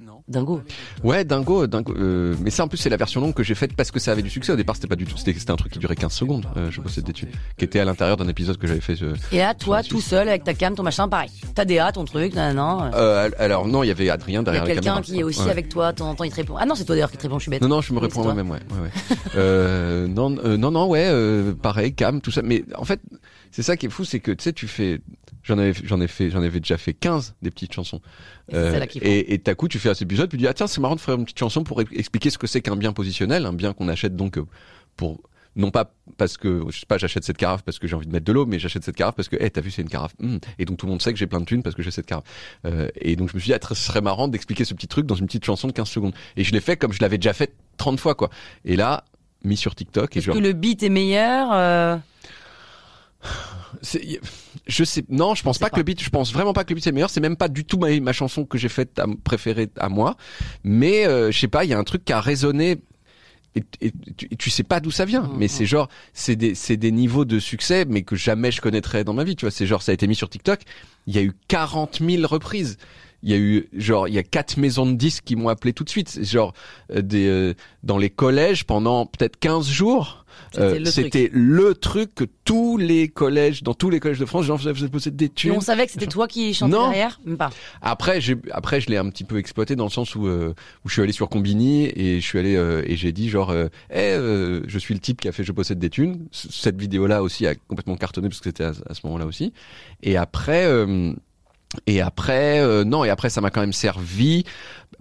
Non.
dingo.
Ouais, dingo, dingo. euh, mais ça, en plus, c'est la version longue que j'ai faite parce que ça avait du succès. Au départ, c'était pas du tout. C'était c'était un truc qui durait 15 secondes. euh, je bossais dessus. Qui était à l'intérieur d'un épisode que j'avais fait. euh,
Et là, toi, tout seul, avec ta cam, ton machin, pareil. T'as des A, ton truc, nan, nan, nan.
euh, alors, non, il y avait Adrien
Il y
derrière
a
la caméra.
quelqu'un qui est aussi
Ouais.
avec toi, de temps en temps, il te répond. Ah non, c'est toi d'ailleurs qui te répond, je suis bête.
Non, non, je me
Oui,
réponds
c'est toi.
moi-même, ouais. ouais, ouais. euh, non, euh, non, non, ouais, euh, pareil, cam, tout ça. Mais en fait, c'est ça qui est fou, c'est que tu sais, tu fais. J'en avais, j'en ai fait, j'en avais déjà fait 15 des petites chansons. Euh,
Et c'est celle-là qui est
et, et d'un coup, tu fais un épisode, puis tu dis, ah tiens, c'est marrant de faire une petite chanson pour e- expliquer ce que c'est qu'un bien positionnel, un bien qu'on achète donc euh, pour. Non pas parce que je sais pas j'achète cette carafe parce que j'ai envie de mettre de l'eau mais j'achète cette carafe parce que eh t'as vu c'est une carafe Hmm. et donc tout le monde sait que j'ai plein de thunes parce que j'ai cette carafe Euh, et donc je me suis dit ah, très- ce serait marrant d'expliquer ce petit truc dans une petite chanson de 15 secondes et je l'ai fait comme je l'avais déjà fait 30 fois quoi et là mis sur TikTok et
Est-ce
genre
que le beat est meilleur euh,
c'est- y- je sais non je pense
sais
pas,
pas.
que le beat je pense vraiment pas que le beat c'est le meilleur c'est même pas du tout ma, ma chanson que j'ai faite à- préférée à moi mais euh, je sais pas il y a un truc qui a résonné et, et tu, et tu sais pas d'où ça vient
Mhm.
mais c'est genre c'est des c'est des niveaux de succès mais que jamais je connaîtrais dans ma vie tu vois c'est genre ça a été mis sur TikTok il y a eu 40 000 reprises il y a eu genre il y a quatre maisons de disques qui m'ont appelé tout de suite C'est genre euh, des euh, dans les collèges pendant peut-être 15 jours Euh,
C'était le truc.
c'était le truc que tous les collèges dans tous les collèges de France genre faisaient poser des
Et
tunes
on savait que c'était toi qui chantais
Non.
derrière Même pas.
après, j'ai, après, je l'ai un petit peu exploité dans le sens où, euh, où je suis allé sur Combini et je suis allé euh, et j'ai dit genre, euh, Eh, euh, je suis le type qui a fait Je possède des thunes. C- Cette vidéo-là aussi a complètement cartonné parce que c'était à, à ce moment-là aussi. Et après. euh, et après, euh, non, et après, ça m'a quand même servi.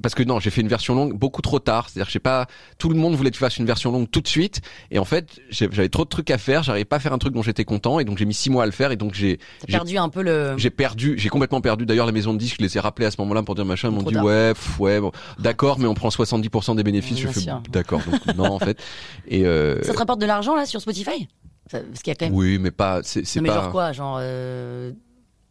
Parce que non, j'ai fait une version longue beaucoup trop tard. C'est-à-dire, je sais pas, tout le monde voulait que je fasse une version longue tout de suite. Et en fait, j'ai- j'avais trop de trucs à faire. J'arrivais pas à faire un truc dont j'étais content. Et donc, j'ai mis six mois à le faire. Et donc, j'ai,
T'as
j'ai
perdu un peu le.
j'ai perdu, j'ai complètement perdu. D'ailleurs, la maison de disques, je les ai rappelés à ce moment-là pour dire machin. Ils m'ont
Trop
dit
tard.
ouais, pff, ouais, bon, d'accord, mais on prend 70% des bénéfices.
Bien
je fais
sûr.
d'accord,
[laughs]
donc non en fait. Et euh,
Ça te rapporte de l'argent là sur Spotify Ça- Parce qu'il y a quand même.
oui, mais pas, c'est c'est
Non, mais
pas.
genre quoi Genre euh,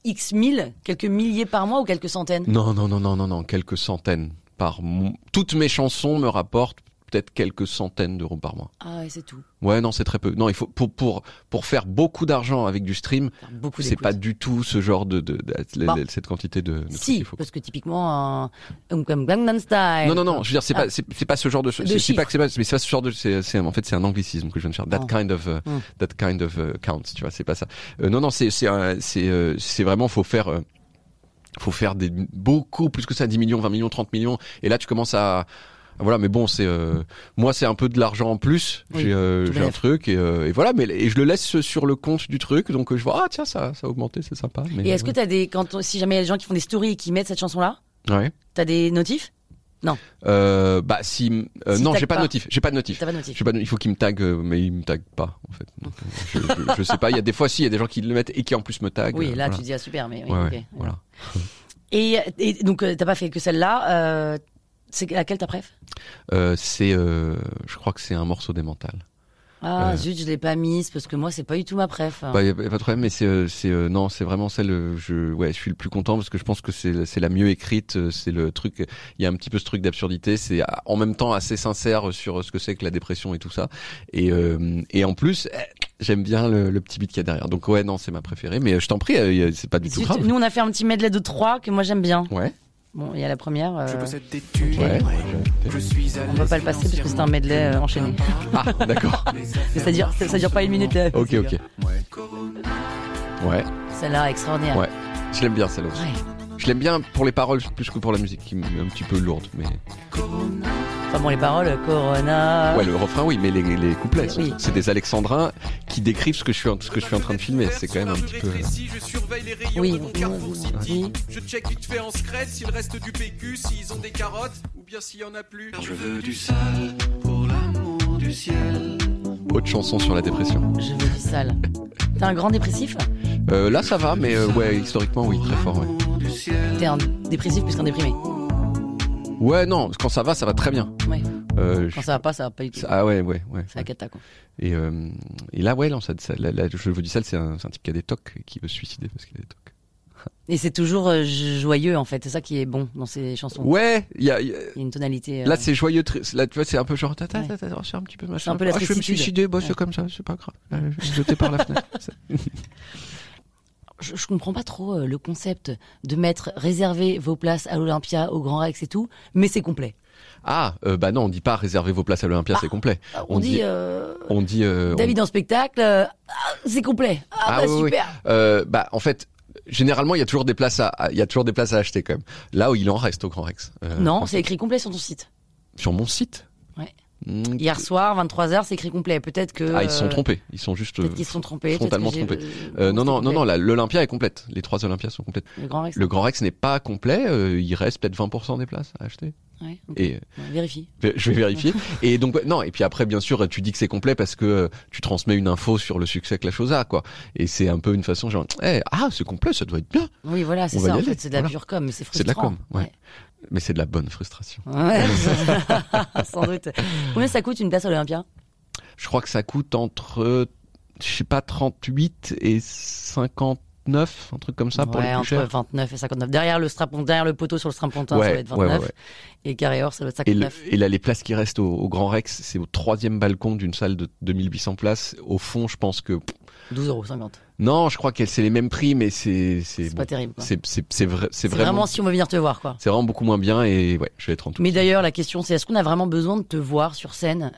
X mille, quelques milliers par mois ou quelques centaines
non, non, non, non, non, non, quelques centaines par mois. Toutes mes chansons me rapportent peut-être quelques centaines d'euros par mois.
Ah ouais, c'est tout.
Ouais, non, c'est très peu. Non, il faut pour pour pour faire beaucoup d'argent avec du stream,
Faire Beaucoup
c'est
d'écoutes.
pas du tout ce genre de, de, de-
Bah.
cette quantité de. de trucs
Si,
qu'il faut.
parce que typiquement, un- un comme Gangnam Style.
Non, non, non, je veux dire, c'est
Ah.
pas, c'est c'est pas ce genre de,
De
choses. c'est c'est
chiffres.
pas que c'est pas, mais c'est pas ce genre de, c'est, c'est- en fait, c'est un anglicisme que je viens de faire. That
Ah.
kind of, euh,
Hmm.
that kind of euh, counts, tu vois, c'est pas ça. Euh, non, non, c'est, c'est, un- c'est, euh, c'est vraiment, faut faire, euh, faut faire des, beaucoup plus que ça, 10 millions, 20 millions, 30 millions. Et là, tu commences à, voilà, mais bon, c'est, euh, moi, c'est un peu de l'argent en plus.
Oui,
j'ai, euh,
tout
j'ai un
bénef.
truc et, euh, et voilà, mais, et je le laisse sur le compte du truc, donc euh, je vois, ah, tiens, ça, ça a augmenté, c'est sympa. Mais,
Et est-ce que
ouais.
t'as des. Quand on- si jamais il y a des gens qui font des stories et qui mettent cette chanson-là,
euh, Ouais.
t'as des notifs
Euh, bah, si, euh,
Si
non,
t'as
j'ai pas de
pas-
notif, j'ai pas de notif.
T'as pas de
Je
notifs
sais pas, il faut qu'il me tague, euh, mais il me tague pas en fait. Donc, euh, je, je- je sais pas. Il y a des fois, si, il y a des gens qui le mettent et qui en plus me taguent.
Oui,
euh,
là
voilà.
tu dis ah super, mais oui,
Ouais,
ok.
ouais, voilà.
Et, et donc euh, t'as pas fait que celle-là. euh, c'est laquelle ta préf
Euh, c'est, euh, je crois que c'est un morceau des mentales.
Ah
Euh.
zut, je l'ai pas mise parce que moi c'est pas du tout ma préf. hein.
Bah, y a pas y a pas de problème, mais c'est, euh, c'est, euh, non, c'est vraiment celle. euh, Je, ouais, je suis le plus content parce que je pense que c'est, c'est la mieux écrite. euh, C'est le truc. Il y a un petit peu ce truc d'absurdité. C'est euh, en même temps assez sincère sur ce que c'est que la dépression et tout ça. Et, euh, et en plus, eh, j'aime bien le, le petit beat qu'il y a derrière. Donc ouais, non, c'est ma préférée. Mais euh, je t'en prie, euh, y a- c'est pas du tout
Zut,
grave.
nous on a fait un petit medley de trois que moi j'aime bien.
Ouais.
Bon, il y a la première. euh,
Je possède des thunes.
Ouais.
Je suis à
on va pas le passer parce que c'est un medley euh, enchaîné.
Ah, d'accord.
[laughs] Mais ça dure, ça, ça dure pas une minute. euh, là.
Ok, ok.
Ouais.
Ouais,
Celle-là extraordinaire.
ouais. Je l'aime bien celle-là aussi.
Ouais.
Je l'aime bien pour les paroles plus que pour la musique qui est un petit peu lourde. Mais...
Enfin bon, les paroles, euh, Corona.
Ouais, le refrain, oui, mais les, les couplets, sont-
Oui.
c'est des alexandrins qui décrivent ce que, je suis en, ce que je suis en train de filmer. C'est quand même un petit peu. euh,
Je surveille les rayons
Oui,
de mon Carrefour
oui,
City.
oui.
Je check vite fait en secret s'il reste du PQ, s'ils ont des carottes ou bien s'il y en a plus. Je veux du sale pour l'amour du ciel.
Autre chanson sur la dépression.
Je veux du sale. T'es un grand dépressif
Euh, là, ça va, mais euh, ouais, historiquement, oui, très fort. Ouais,
T'es un dépressif plus qu'un déprimé.
ouais non, quand ça va, ça va très bien.
Ouais.
Euh, je-
Quand ça va pas, ça va pas du tout.
Ah ouais, ouais, ouais.
C'est la cata quoi.
Et, euh, et là, ouais, non, ça, ça- là, là, je vous dis ça, c'est un, c'est un type qui a des tocs et qui veut se suicider parce qu'il a des tocs.
Et c'est toujours euh, joyeux en fait, c'est ça qui est bon dans ces chansons.
Ouais, il y a- il y a-
Il y a une tonalité. euh,
Là, c'est joyeux. tr- Là, tu vois, c'est un peu genre. ta, ta,
Ouais.
ta, ta, C'est un petit peu machin.
C'est un peu la
Ah, je vais me
tristitude.
suicider. Bah, c'est
Ouais.
comme ça. C'est pas grave. Là, je suis jeté par la fenêtre. [laughs] C'est-
je, je comprends pas trop euh, le concept de mettre réserver vos places à l'Olympia, au Grand Rex et tout, mais c'est complet.
Ah, euh, bah non, on dit pas réservez vos places à l'Olympia, c'est complet.
Ah, On,
Bah, On
dit,
dit-
euh,
On dit. euh, on-
David en spectacle, euh, ah, c'est complet. Ah,
Ah
bah,
oui, oui.
super.
Euh, bah, en fait, généralement, il y a toujours des places à, à- il y a toujours des places à acheter quand même. Là où il en reste au Grand Rex. Euh,
Non, c'est écrit complet sur ton site.
Sur mon site.
Ouais.
Mm,
Hier soir, 23h, c'est écrit complet. Peut-être que.
Ah, ils se sont
euh,
trompés. Ils sont juste.
Peut-être qu'ils se
euh,
sont trompés. peut-être
frontalement
que j'ai-
trompés.
euh,
euh, non, non, non,
complet.
non, la- l'Olympia est complète. Les trois Olympias sont complètes.
Le Grand Rex.
Le Grand Rex n'est pas complet. euh, il reste peut-être 20% des places à acheter.
Ouais, ok.
Et
Ouais, Vérifie.
Euh, Je
[laughs]
vais vérifier. Et donc ouais, non. Et puis après, bien sûr, tu dis que c'est complet parce que euh, tu transmets une info sur le succès que la chose a, quoi. Et c'est un peu une façon genre, Eh, ah, c'est complet, ça doit être bien.
Oui, voilà, c'est
On va
ça. En
y aller,
fait, c'est de la
voilà.
pure com, mais c'est frustrant.
C'est de la com, ouais. Mais c'est de la bonne frustration.
Ouais, [laughs] sans doute. Combien ça coûte une place Olympia
Je crois que ça coûte entre, euh, je sais pas, 38 et 59, un truc comme ça pour
Ouais,
les plus
entre
chers.
29 et 59. Derrière le strapon, derrière le poteau sur le strapontin, ça doit
Ouais,
être
ouais, ouais,
29.
ouais.
Et carré or, ça doit être
Et, le-
59.
et là, les places qui restent au, au Grand Rex, c'est au troisième balcon d'une salle de 2800 places. Au fond, je pense que
12,50 euros.
non, je crois que c'est les mêmes prix, mais c'est
C'est pas terrible. quoi.
C'est c'est- c'est vrai, c'est
C'est vraiment...
vraiment
si on veut venir te voir, quoi.
C'est vraiment beaucoup moins bien et ouais, je vais être en tout.
Mais d'ailleurs, la question, c'est est-ce qu'on a vraiment besoin de te voir sur scène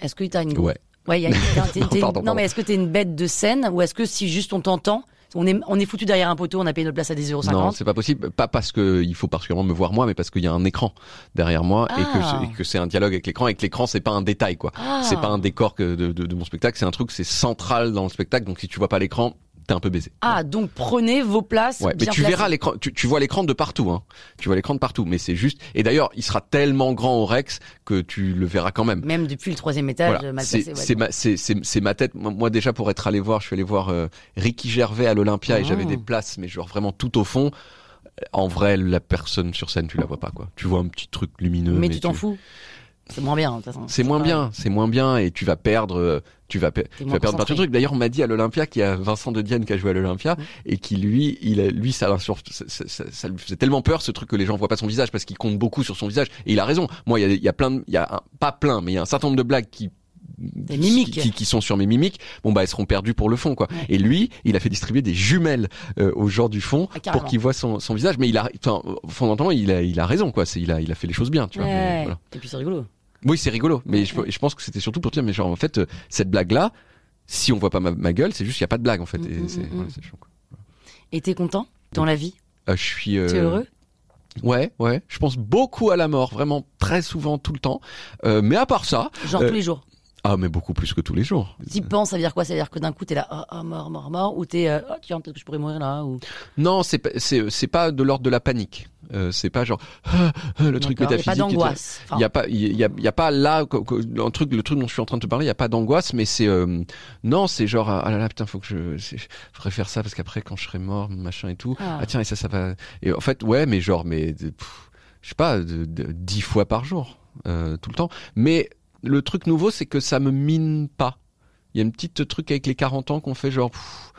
Est-ce que t'as une.
Ouais.
Ouais, y a-
[laughs]
t'as- t'es-
Non,
t'es-
pardon,
Non,
pardon.
mais est-ce que t'es une bête de scène ou est-ce que si juste on t'entend, on est, on est foutu derrière un poteau, on a payé notre place à 10,50 euros
Non, c'est pas possible. Pas parce que il faut particulièrement me voir moi, mais parce qu'il y a un écran derrière moi et que
Ah.
c'est- et que c'est un dialogue avec l'écran et que l'écran c'est pas un détail quoi.
Ah.
C'est pas un décor que de, de- de mon spectacle, c'est un truc c'est central dans le spectacle. Donc si tu vois pas l'écran, t'es un peu baisé.
Ah, donc prenez vos places.
Ouais, mais
bien
tu
placées.
verras l'écran, tu, tu vois l'écran de partout, hein. Tu vois l'écran de partout, mais c'est juste. Et d'ailleurs, il sera tellement grand au Rex que tu le verras quand même.
Même depuis le troisième étage,
Voilà.
mal
C'est
placé. ouais.
c'est ma, c'est- c'est- c'est ma tête. Moi, moi, déjà, pour être allé voir, je suis allé voir euh, Ricky Gervais à l'Olympia et
Ah.
j'avais des places, mais genre vraiment tout au fond. En vrai, la personne sur scène, tu la vois pas, quoi. Tu vois un petit truc lumineux.
mais, tu t'en fous. C'est moins bien, de toute façon.
C'est moins
pas-
bien, c'est moins bien et tu vas perdre, euh, tu vas, per- tu
moins
vas perdre
concentré.
partout le truc. D'ailleurs, on m'a dit à l'Olympia qu'il y a Vincent de Dienne qui a joué à l'Olympia et qui lui, il, a- lui, ça, l'a sur- ça, ça- ça- ça lui faisait tellement peur ce truc que les gens voient pas son visage parce qu'il compte beaucoup sur son visage et il a raison. Moi, il y a, il y a plein, de- il y a un- pas plein, mais il y a un certain nombre de blagues qui
Des mimiques.
qui, qui sont sur mes mimiques, bon bah elles seront perdues pour le fond quoi. Et lui, il a fait distribuer des jumelles euh, aux gens du fond
Ah, carrément.
pour qu'ils voient son, son visage. Mais il a, enfin, fondamentalement, il a, il a raison quoi. C'est, il a, il a fait les choses bien, tu vois.
Ouais,
mais
ouais.
voilà.
Et puis c'est rigolo.
Oui, c'est rigolo, mais je, je pense que c'était surtout pour dire, mais genre en fait, euh, cette blague là, si on voit pas ma, ma gueule, c'est juste qu'il y a pas de blague en fait.
Mm,
Et
mm,
c'est,
mm,
voilà,
mm.
c'est chiant, quoi.
Et t'es content dans la vie
Euh, je suis.
Tu es
euh,
heureux
Ouais, ouais. Je pense beaucoup à la mort, vraiment très souvent, tout le temps. Euh, mais à part ça,
Genre
euh,
tous les jours.
ah mais beaucoup plus que tous les jours.
T'y penses, ça veut dire quoi Ça veut dire que d'un coup t'es là, oh, oh, mort, mort, mort, ou t'es, euh, oh tiens, peut-être que je pourrais mourir là. Ou...
Non, c'est pas- c'est c'est pas de l'ordre de la panique. Euh, c'est pas genre ah, ah, le truc
D'accord. Y a
métaphysique.
pas
et tout.
d'angoisse. Enfin,
Il y a pas, il y a, il y a pas là co- co- un truc, le truc dont je suis en train de te parler, il y a pas d'angoisse, mais c'est euh, non, c'est genre ah là là putain, faut que je, c'est- je ferais faire ça parce qu'après quand je serai mort, machin et tout.
Ah.
Ah, tiens et ça ça va. Et en fait ouais, mais genre mais de- pff, je sais pas, de- de- dix fois par jour, euh, tout le temps. Mais le truc nouveau, c'est que ça me mine pas. Il y a un petit truc avec les 40 ans qu'on fait genre. pff,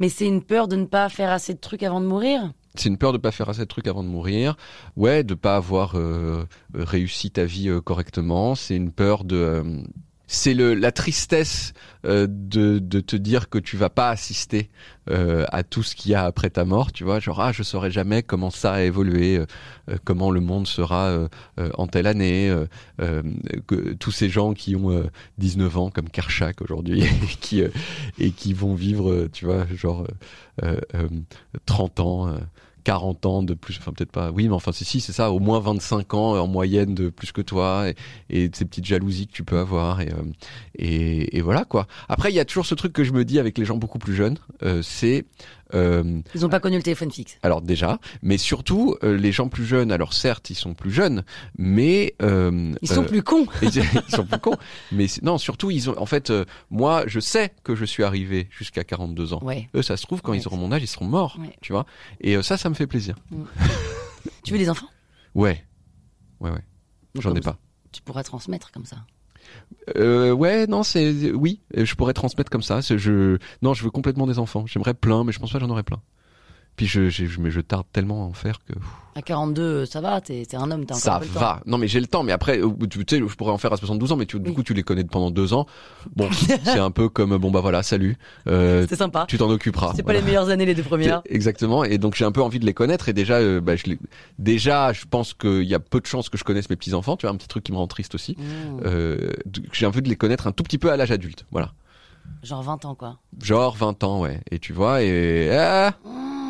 Mais c'est une peur de ne pas faire assez de trucs avant de mourir
C'est une peur de pas faire assez de trucs avant de mourir. Ouais, de pas avoir euh, réussi ta vie euh, correctement. C'est une peur de. euh, c'est le la tristesse euh, de, de te dire que tu vas pas assister euh, à tout ce qu'il y a après ta mort. Tu vois, genre ah je saurais jamais comment ça a évolué, euh, euh, comment le monde sera euh, euh, en telle année. euh, euh, que tous ces gens qui ont euh, 19 ans comme Karchak aujourd'hui [laughs] et qui euh, et qui vont vivre, euh, tu vois, genre euh, euh, 30 ans. euh, 40 ans de plus, enfin peut-être pas, oui, mais enfin si, si, c'est ça, au moins 25 ans euh, en moyenne de plus que toi, et, et ces petites jalousies que tu peux avoir, et, euh, et, et voilà quoi. Après, il y a toujours ce truc que je me dis avec les gens beaucoup plus jeunes, euh, c'est, euh,
Ils n'ont pas connu le téléphone fixe.
alors déjà, mais surtout, euh, les gens plus jeunes, alors certes, ils sont plus jeunes, mais... euh,
Ils sont
euh,
plus cons.
et [laughs] ils ils sont plus cons. Mais c'est- non, surtout, ils ont, en fait, euh, moi, je sais que je suis arrivé jusqu'à 42 ans.
Ouais.
Eux, ça se trouve, quand
Ouais.
ils auront mon âge, ils seront morts,
Ouais.
tu vois. Et euh, ça, ça me fait plaisir.
Tu veux des enfants
Ouais. Ouais, ouais.
Donc,
J'en ai
comme
pas.
Tu pourras transmettre comme ça.
Euh, ouais, non, c'est. Oui, euh, je pourrais transmettre comme ça. c'est- Je... Non, je veux complètement des enfants. J'aimerais plein, mais je pense pas que j'en aurais plein. Puis je, je, je- mais je tarde tellement à en faire que pff,
À 42, ça va, t'es t'es un homme, t'as encore
ça
un peu le temps.
va. Non, mais j'ai le temps. Mais après, au bout, tu tu sais, je pourrais en faire à 72 ans, mais tu, du
Oui.
coup, tu les connais pendant deux ans.
[laughs]
Bon, c'est un peu comme bon bah voilà, salut. euh,
C'est sympa.
tu t'en occuperas.
C'est pas
Voilà.
les hein. meilleures années, les deux premières.
[laughs] C'est- Exactement. Et donc j'ai un peu envie de les connaître. Et déjà, euh, bah, je les- déjà, je pense qu'il y a peu de chances que je connaisse mes petits enfants. Tu vois, un petit truc qui me rend triste aussi.
Mmh.
Euh, donc, j'ai envie de les connaître un tout petit peu à l'âge adulte. Voilà.
Genre 20 ans, quoi.
Genre 20 ans, ouais. Et tu vois, et ah,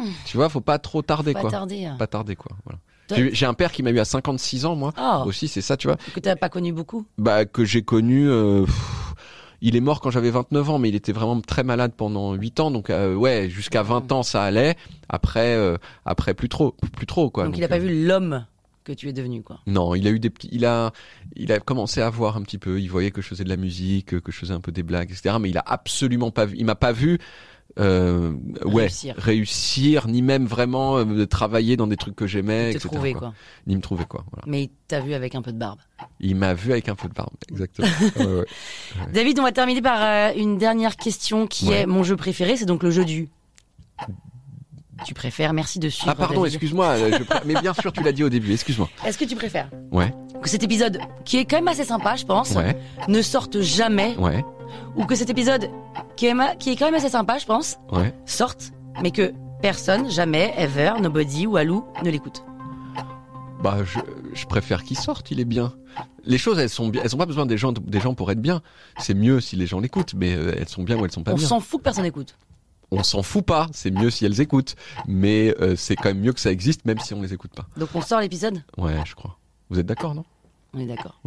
Mmh,
tu vois, faut pas trop tarder,
pas
quoi.
tarder.
hein.
Pas tarder, quoi. Voilà.
Toi-
J'ai- J'ai un père qui m'a eu à 56 ans, moi.
Oh,
Aussi, c'est ça, tu vois.
que t'as pas connu beaucoup.
Bah, que j'ai connu. euh, pff, il est mort quand j'avais 29 ans, mais il était vraiment très malade pendant 8 ans. Donc, euh, ouais, jusqu'à 20 ans, ça allait. Après, euh, après plus trop, plus trop, quoi.
donc, il a
euh,
pas vu l'homme que tu es devenu, quoi.
Non, il a eu des petits, il a, il a commencé à voir un petit peu. Il voyait que je faisais de la musique, que je faisais un peu des blagues, etc. Mais il a absolument pas vu, il m'a pas vu, euh, ouais,
Réussir.
réussir, ni même vraiment euh, travailler dans des trucs que j'aimais,
T'es
etc.
trouvé,
quoi.
quoi.
Ni me trouver quoi. Voilà.
Mais il t'a vu avec un peu de barbe.
Il m'a vu avec un feu de barbe,
[laughs]
exactement. Ouais, ouais.
David, on va terminer par euh, une dernière question qui
Ouais.
est mon jeu préféré, c'est donc le jeu du. Tu préfères, merci de suivre.
Ah pardon,
David.
excuse-moi. je pr- Mais bien sûr, tu l'as dit au
[laughs]
début. Excuse-moi.
Est-ce que tu préfères
Ouais,
que cet épisode, qui est quand même assez sympa, je pense,
ouais,
ne sorte jamais,
ouais,
ou que cet épisode, qui est, ma- qui est quand même assez sympa, je pense,
ouais.
sorte, mais que personne, jamais, ever, nobody ou Alou ne l'écoute
Bah, je, je préfère qu'il sorte, il est bien. Les choses, elles sont bien, elles ont pas besoin des gens, des gens pour être bien. C'est mieux si les gens l'écoutent, mais euh, elles sont bien ou elles sont pas
On
bien.
s'en fout que personne n'écoute.
On s'en fout pas, c'est mieux si elles écoutent. Mais euh, c'est quand même mieux que ça existe, même si on les écoute pas.
Donc on sort l'épisode
Ouais, je crois. Vous êtes d'accord, non
On est d'accord.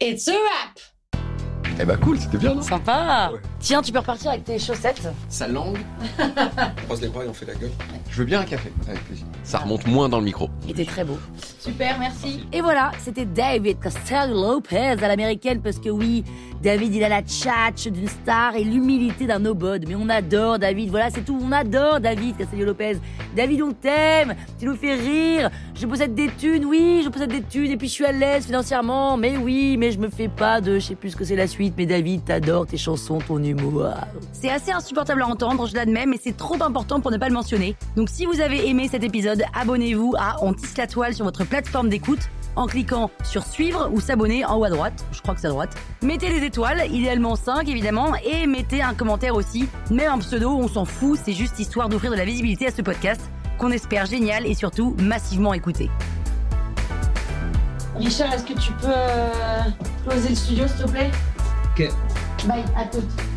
It's a wrap
Eh
ben,
bah cool, c'était bien, non
Sympa
Ouais.
Tiens, tu peux repartir avec tes chaussettes.
Sa langue,
On croise les bras et on fait la gueule.
je veux bien un café. Avec plaisir. Ça remonte moins dans le micro.
Et t'es très beau.
Super, merci. Et voilà, c'était David Costello Lopez à l'américaine parce que oui, David il a la tchatche d'une star et l'humilité d'un obode. Mais on adore David, voilà c'est tout, on adore David Castello Lopez. David on t'aime, tu nous fais rire, je possède des thunes, oui je possède des thunes et puis je suis à l'aise financièrement, mais oui, mais je me fais pas de, je sais plus ce que c'est la suite, mais David t'adore tes chansons, ton humour. C'est assez insupportable à entendre, je l'admets, mais c'est trop important pour ne pas le mentionner. Donc si vous avez aimé cet épisode, abonnez-vous à On tisse la toile sur votre plateforme d'écoute en cliquant sur suivre ou s'abonner en haut à droite, je crois que c'est à droite. Mettez des étoiles, idéalement 5 évidemment, et mettez un commentaire aussi, même un pseudo, on s'en fout, c'est juste histoire d'offrir de la visibilité à ce podcast qu'on espère génial et surtout massivement écouté.
Richard, est-ce que tu peux euh, closer le studio, s'il te plaît
Ok.
Bye, à toutes.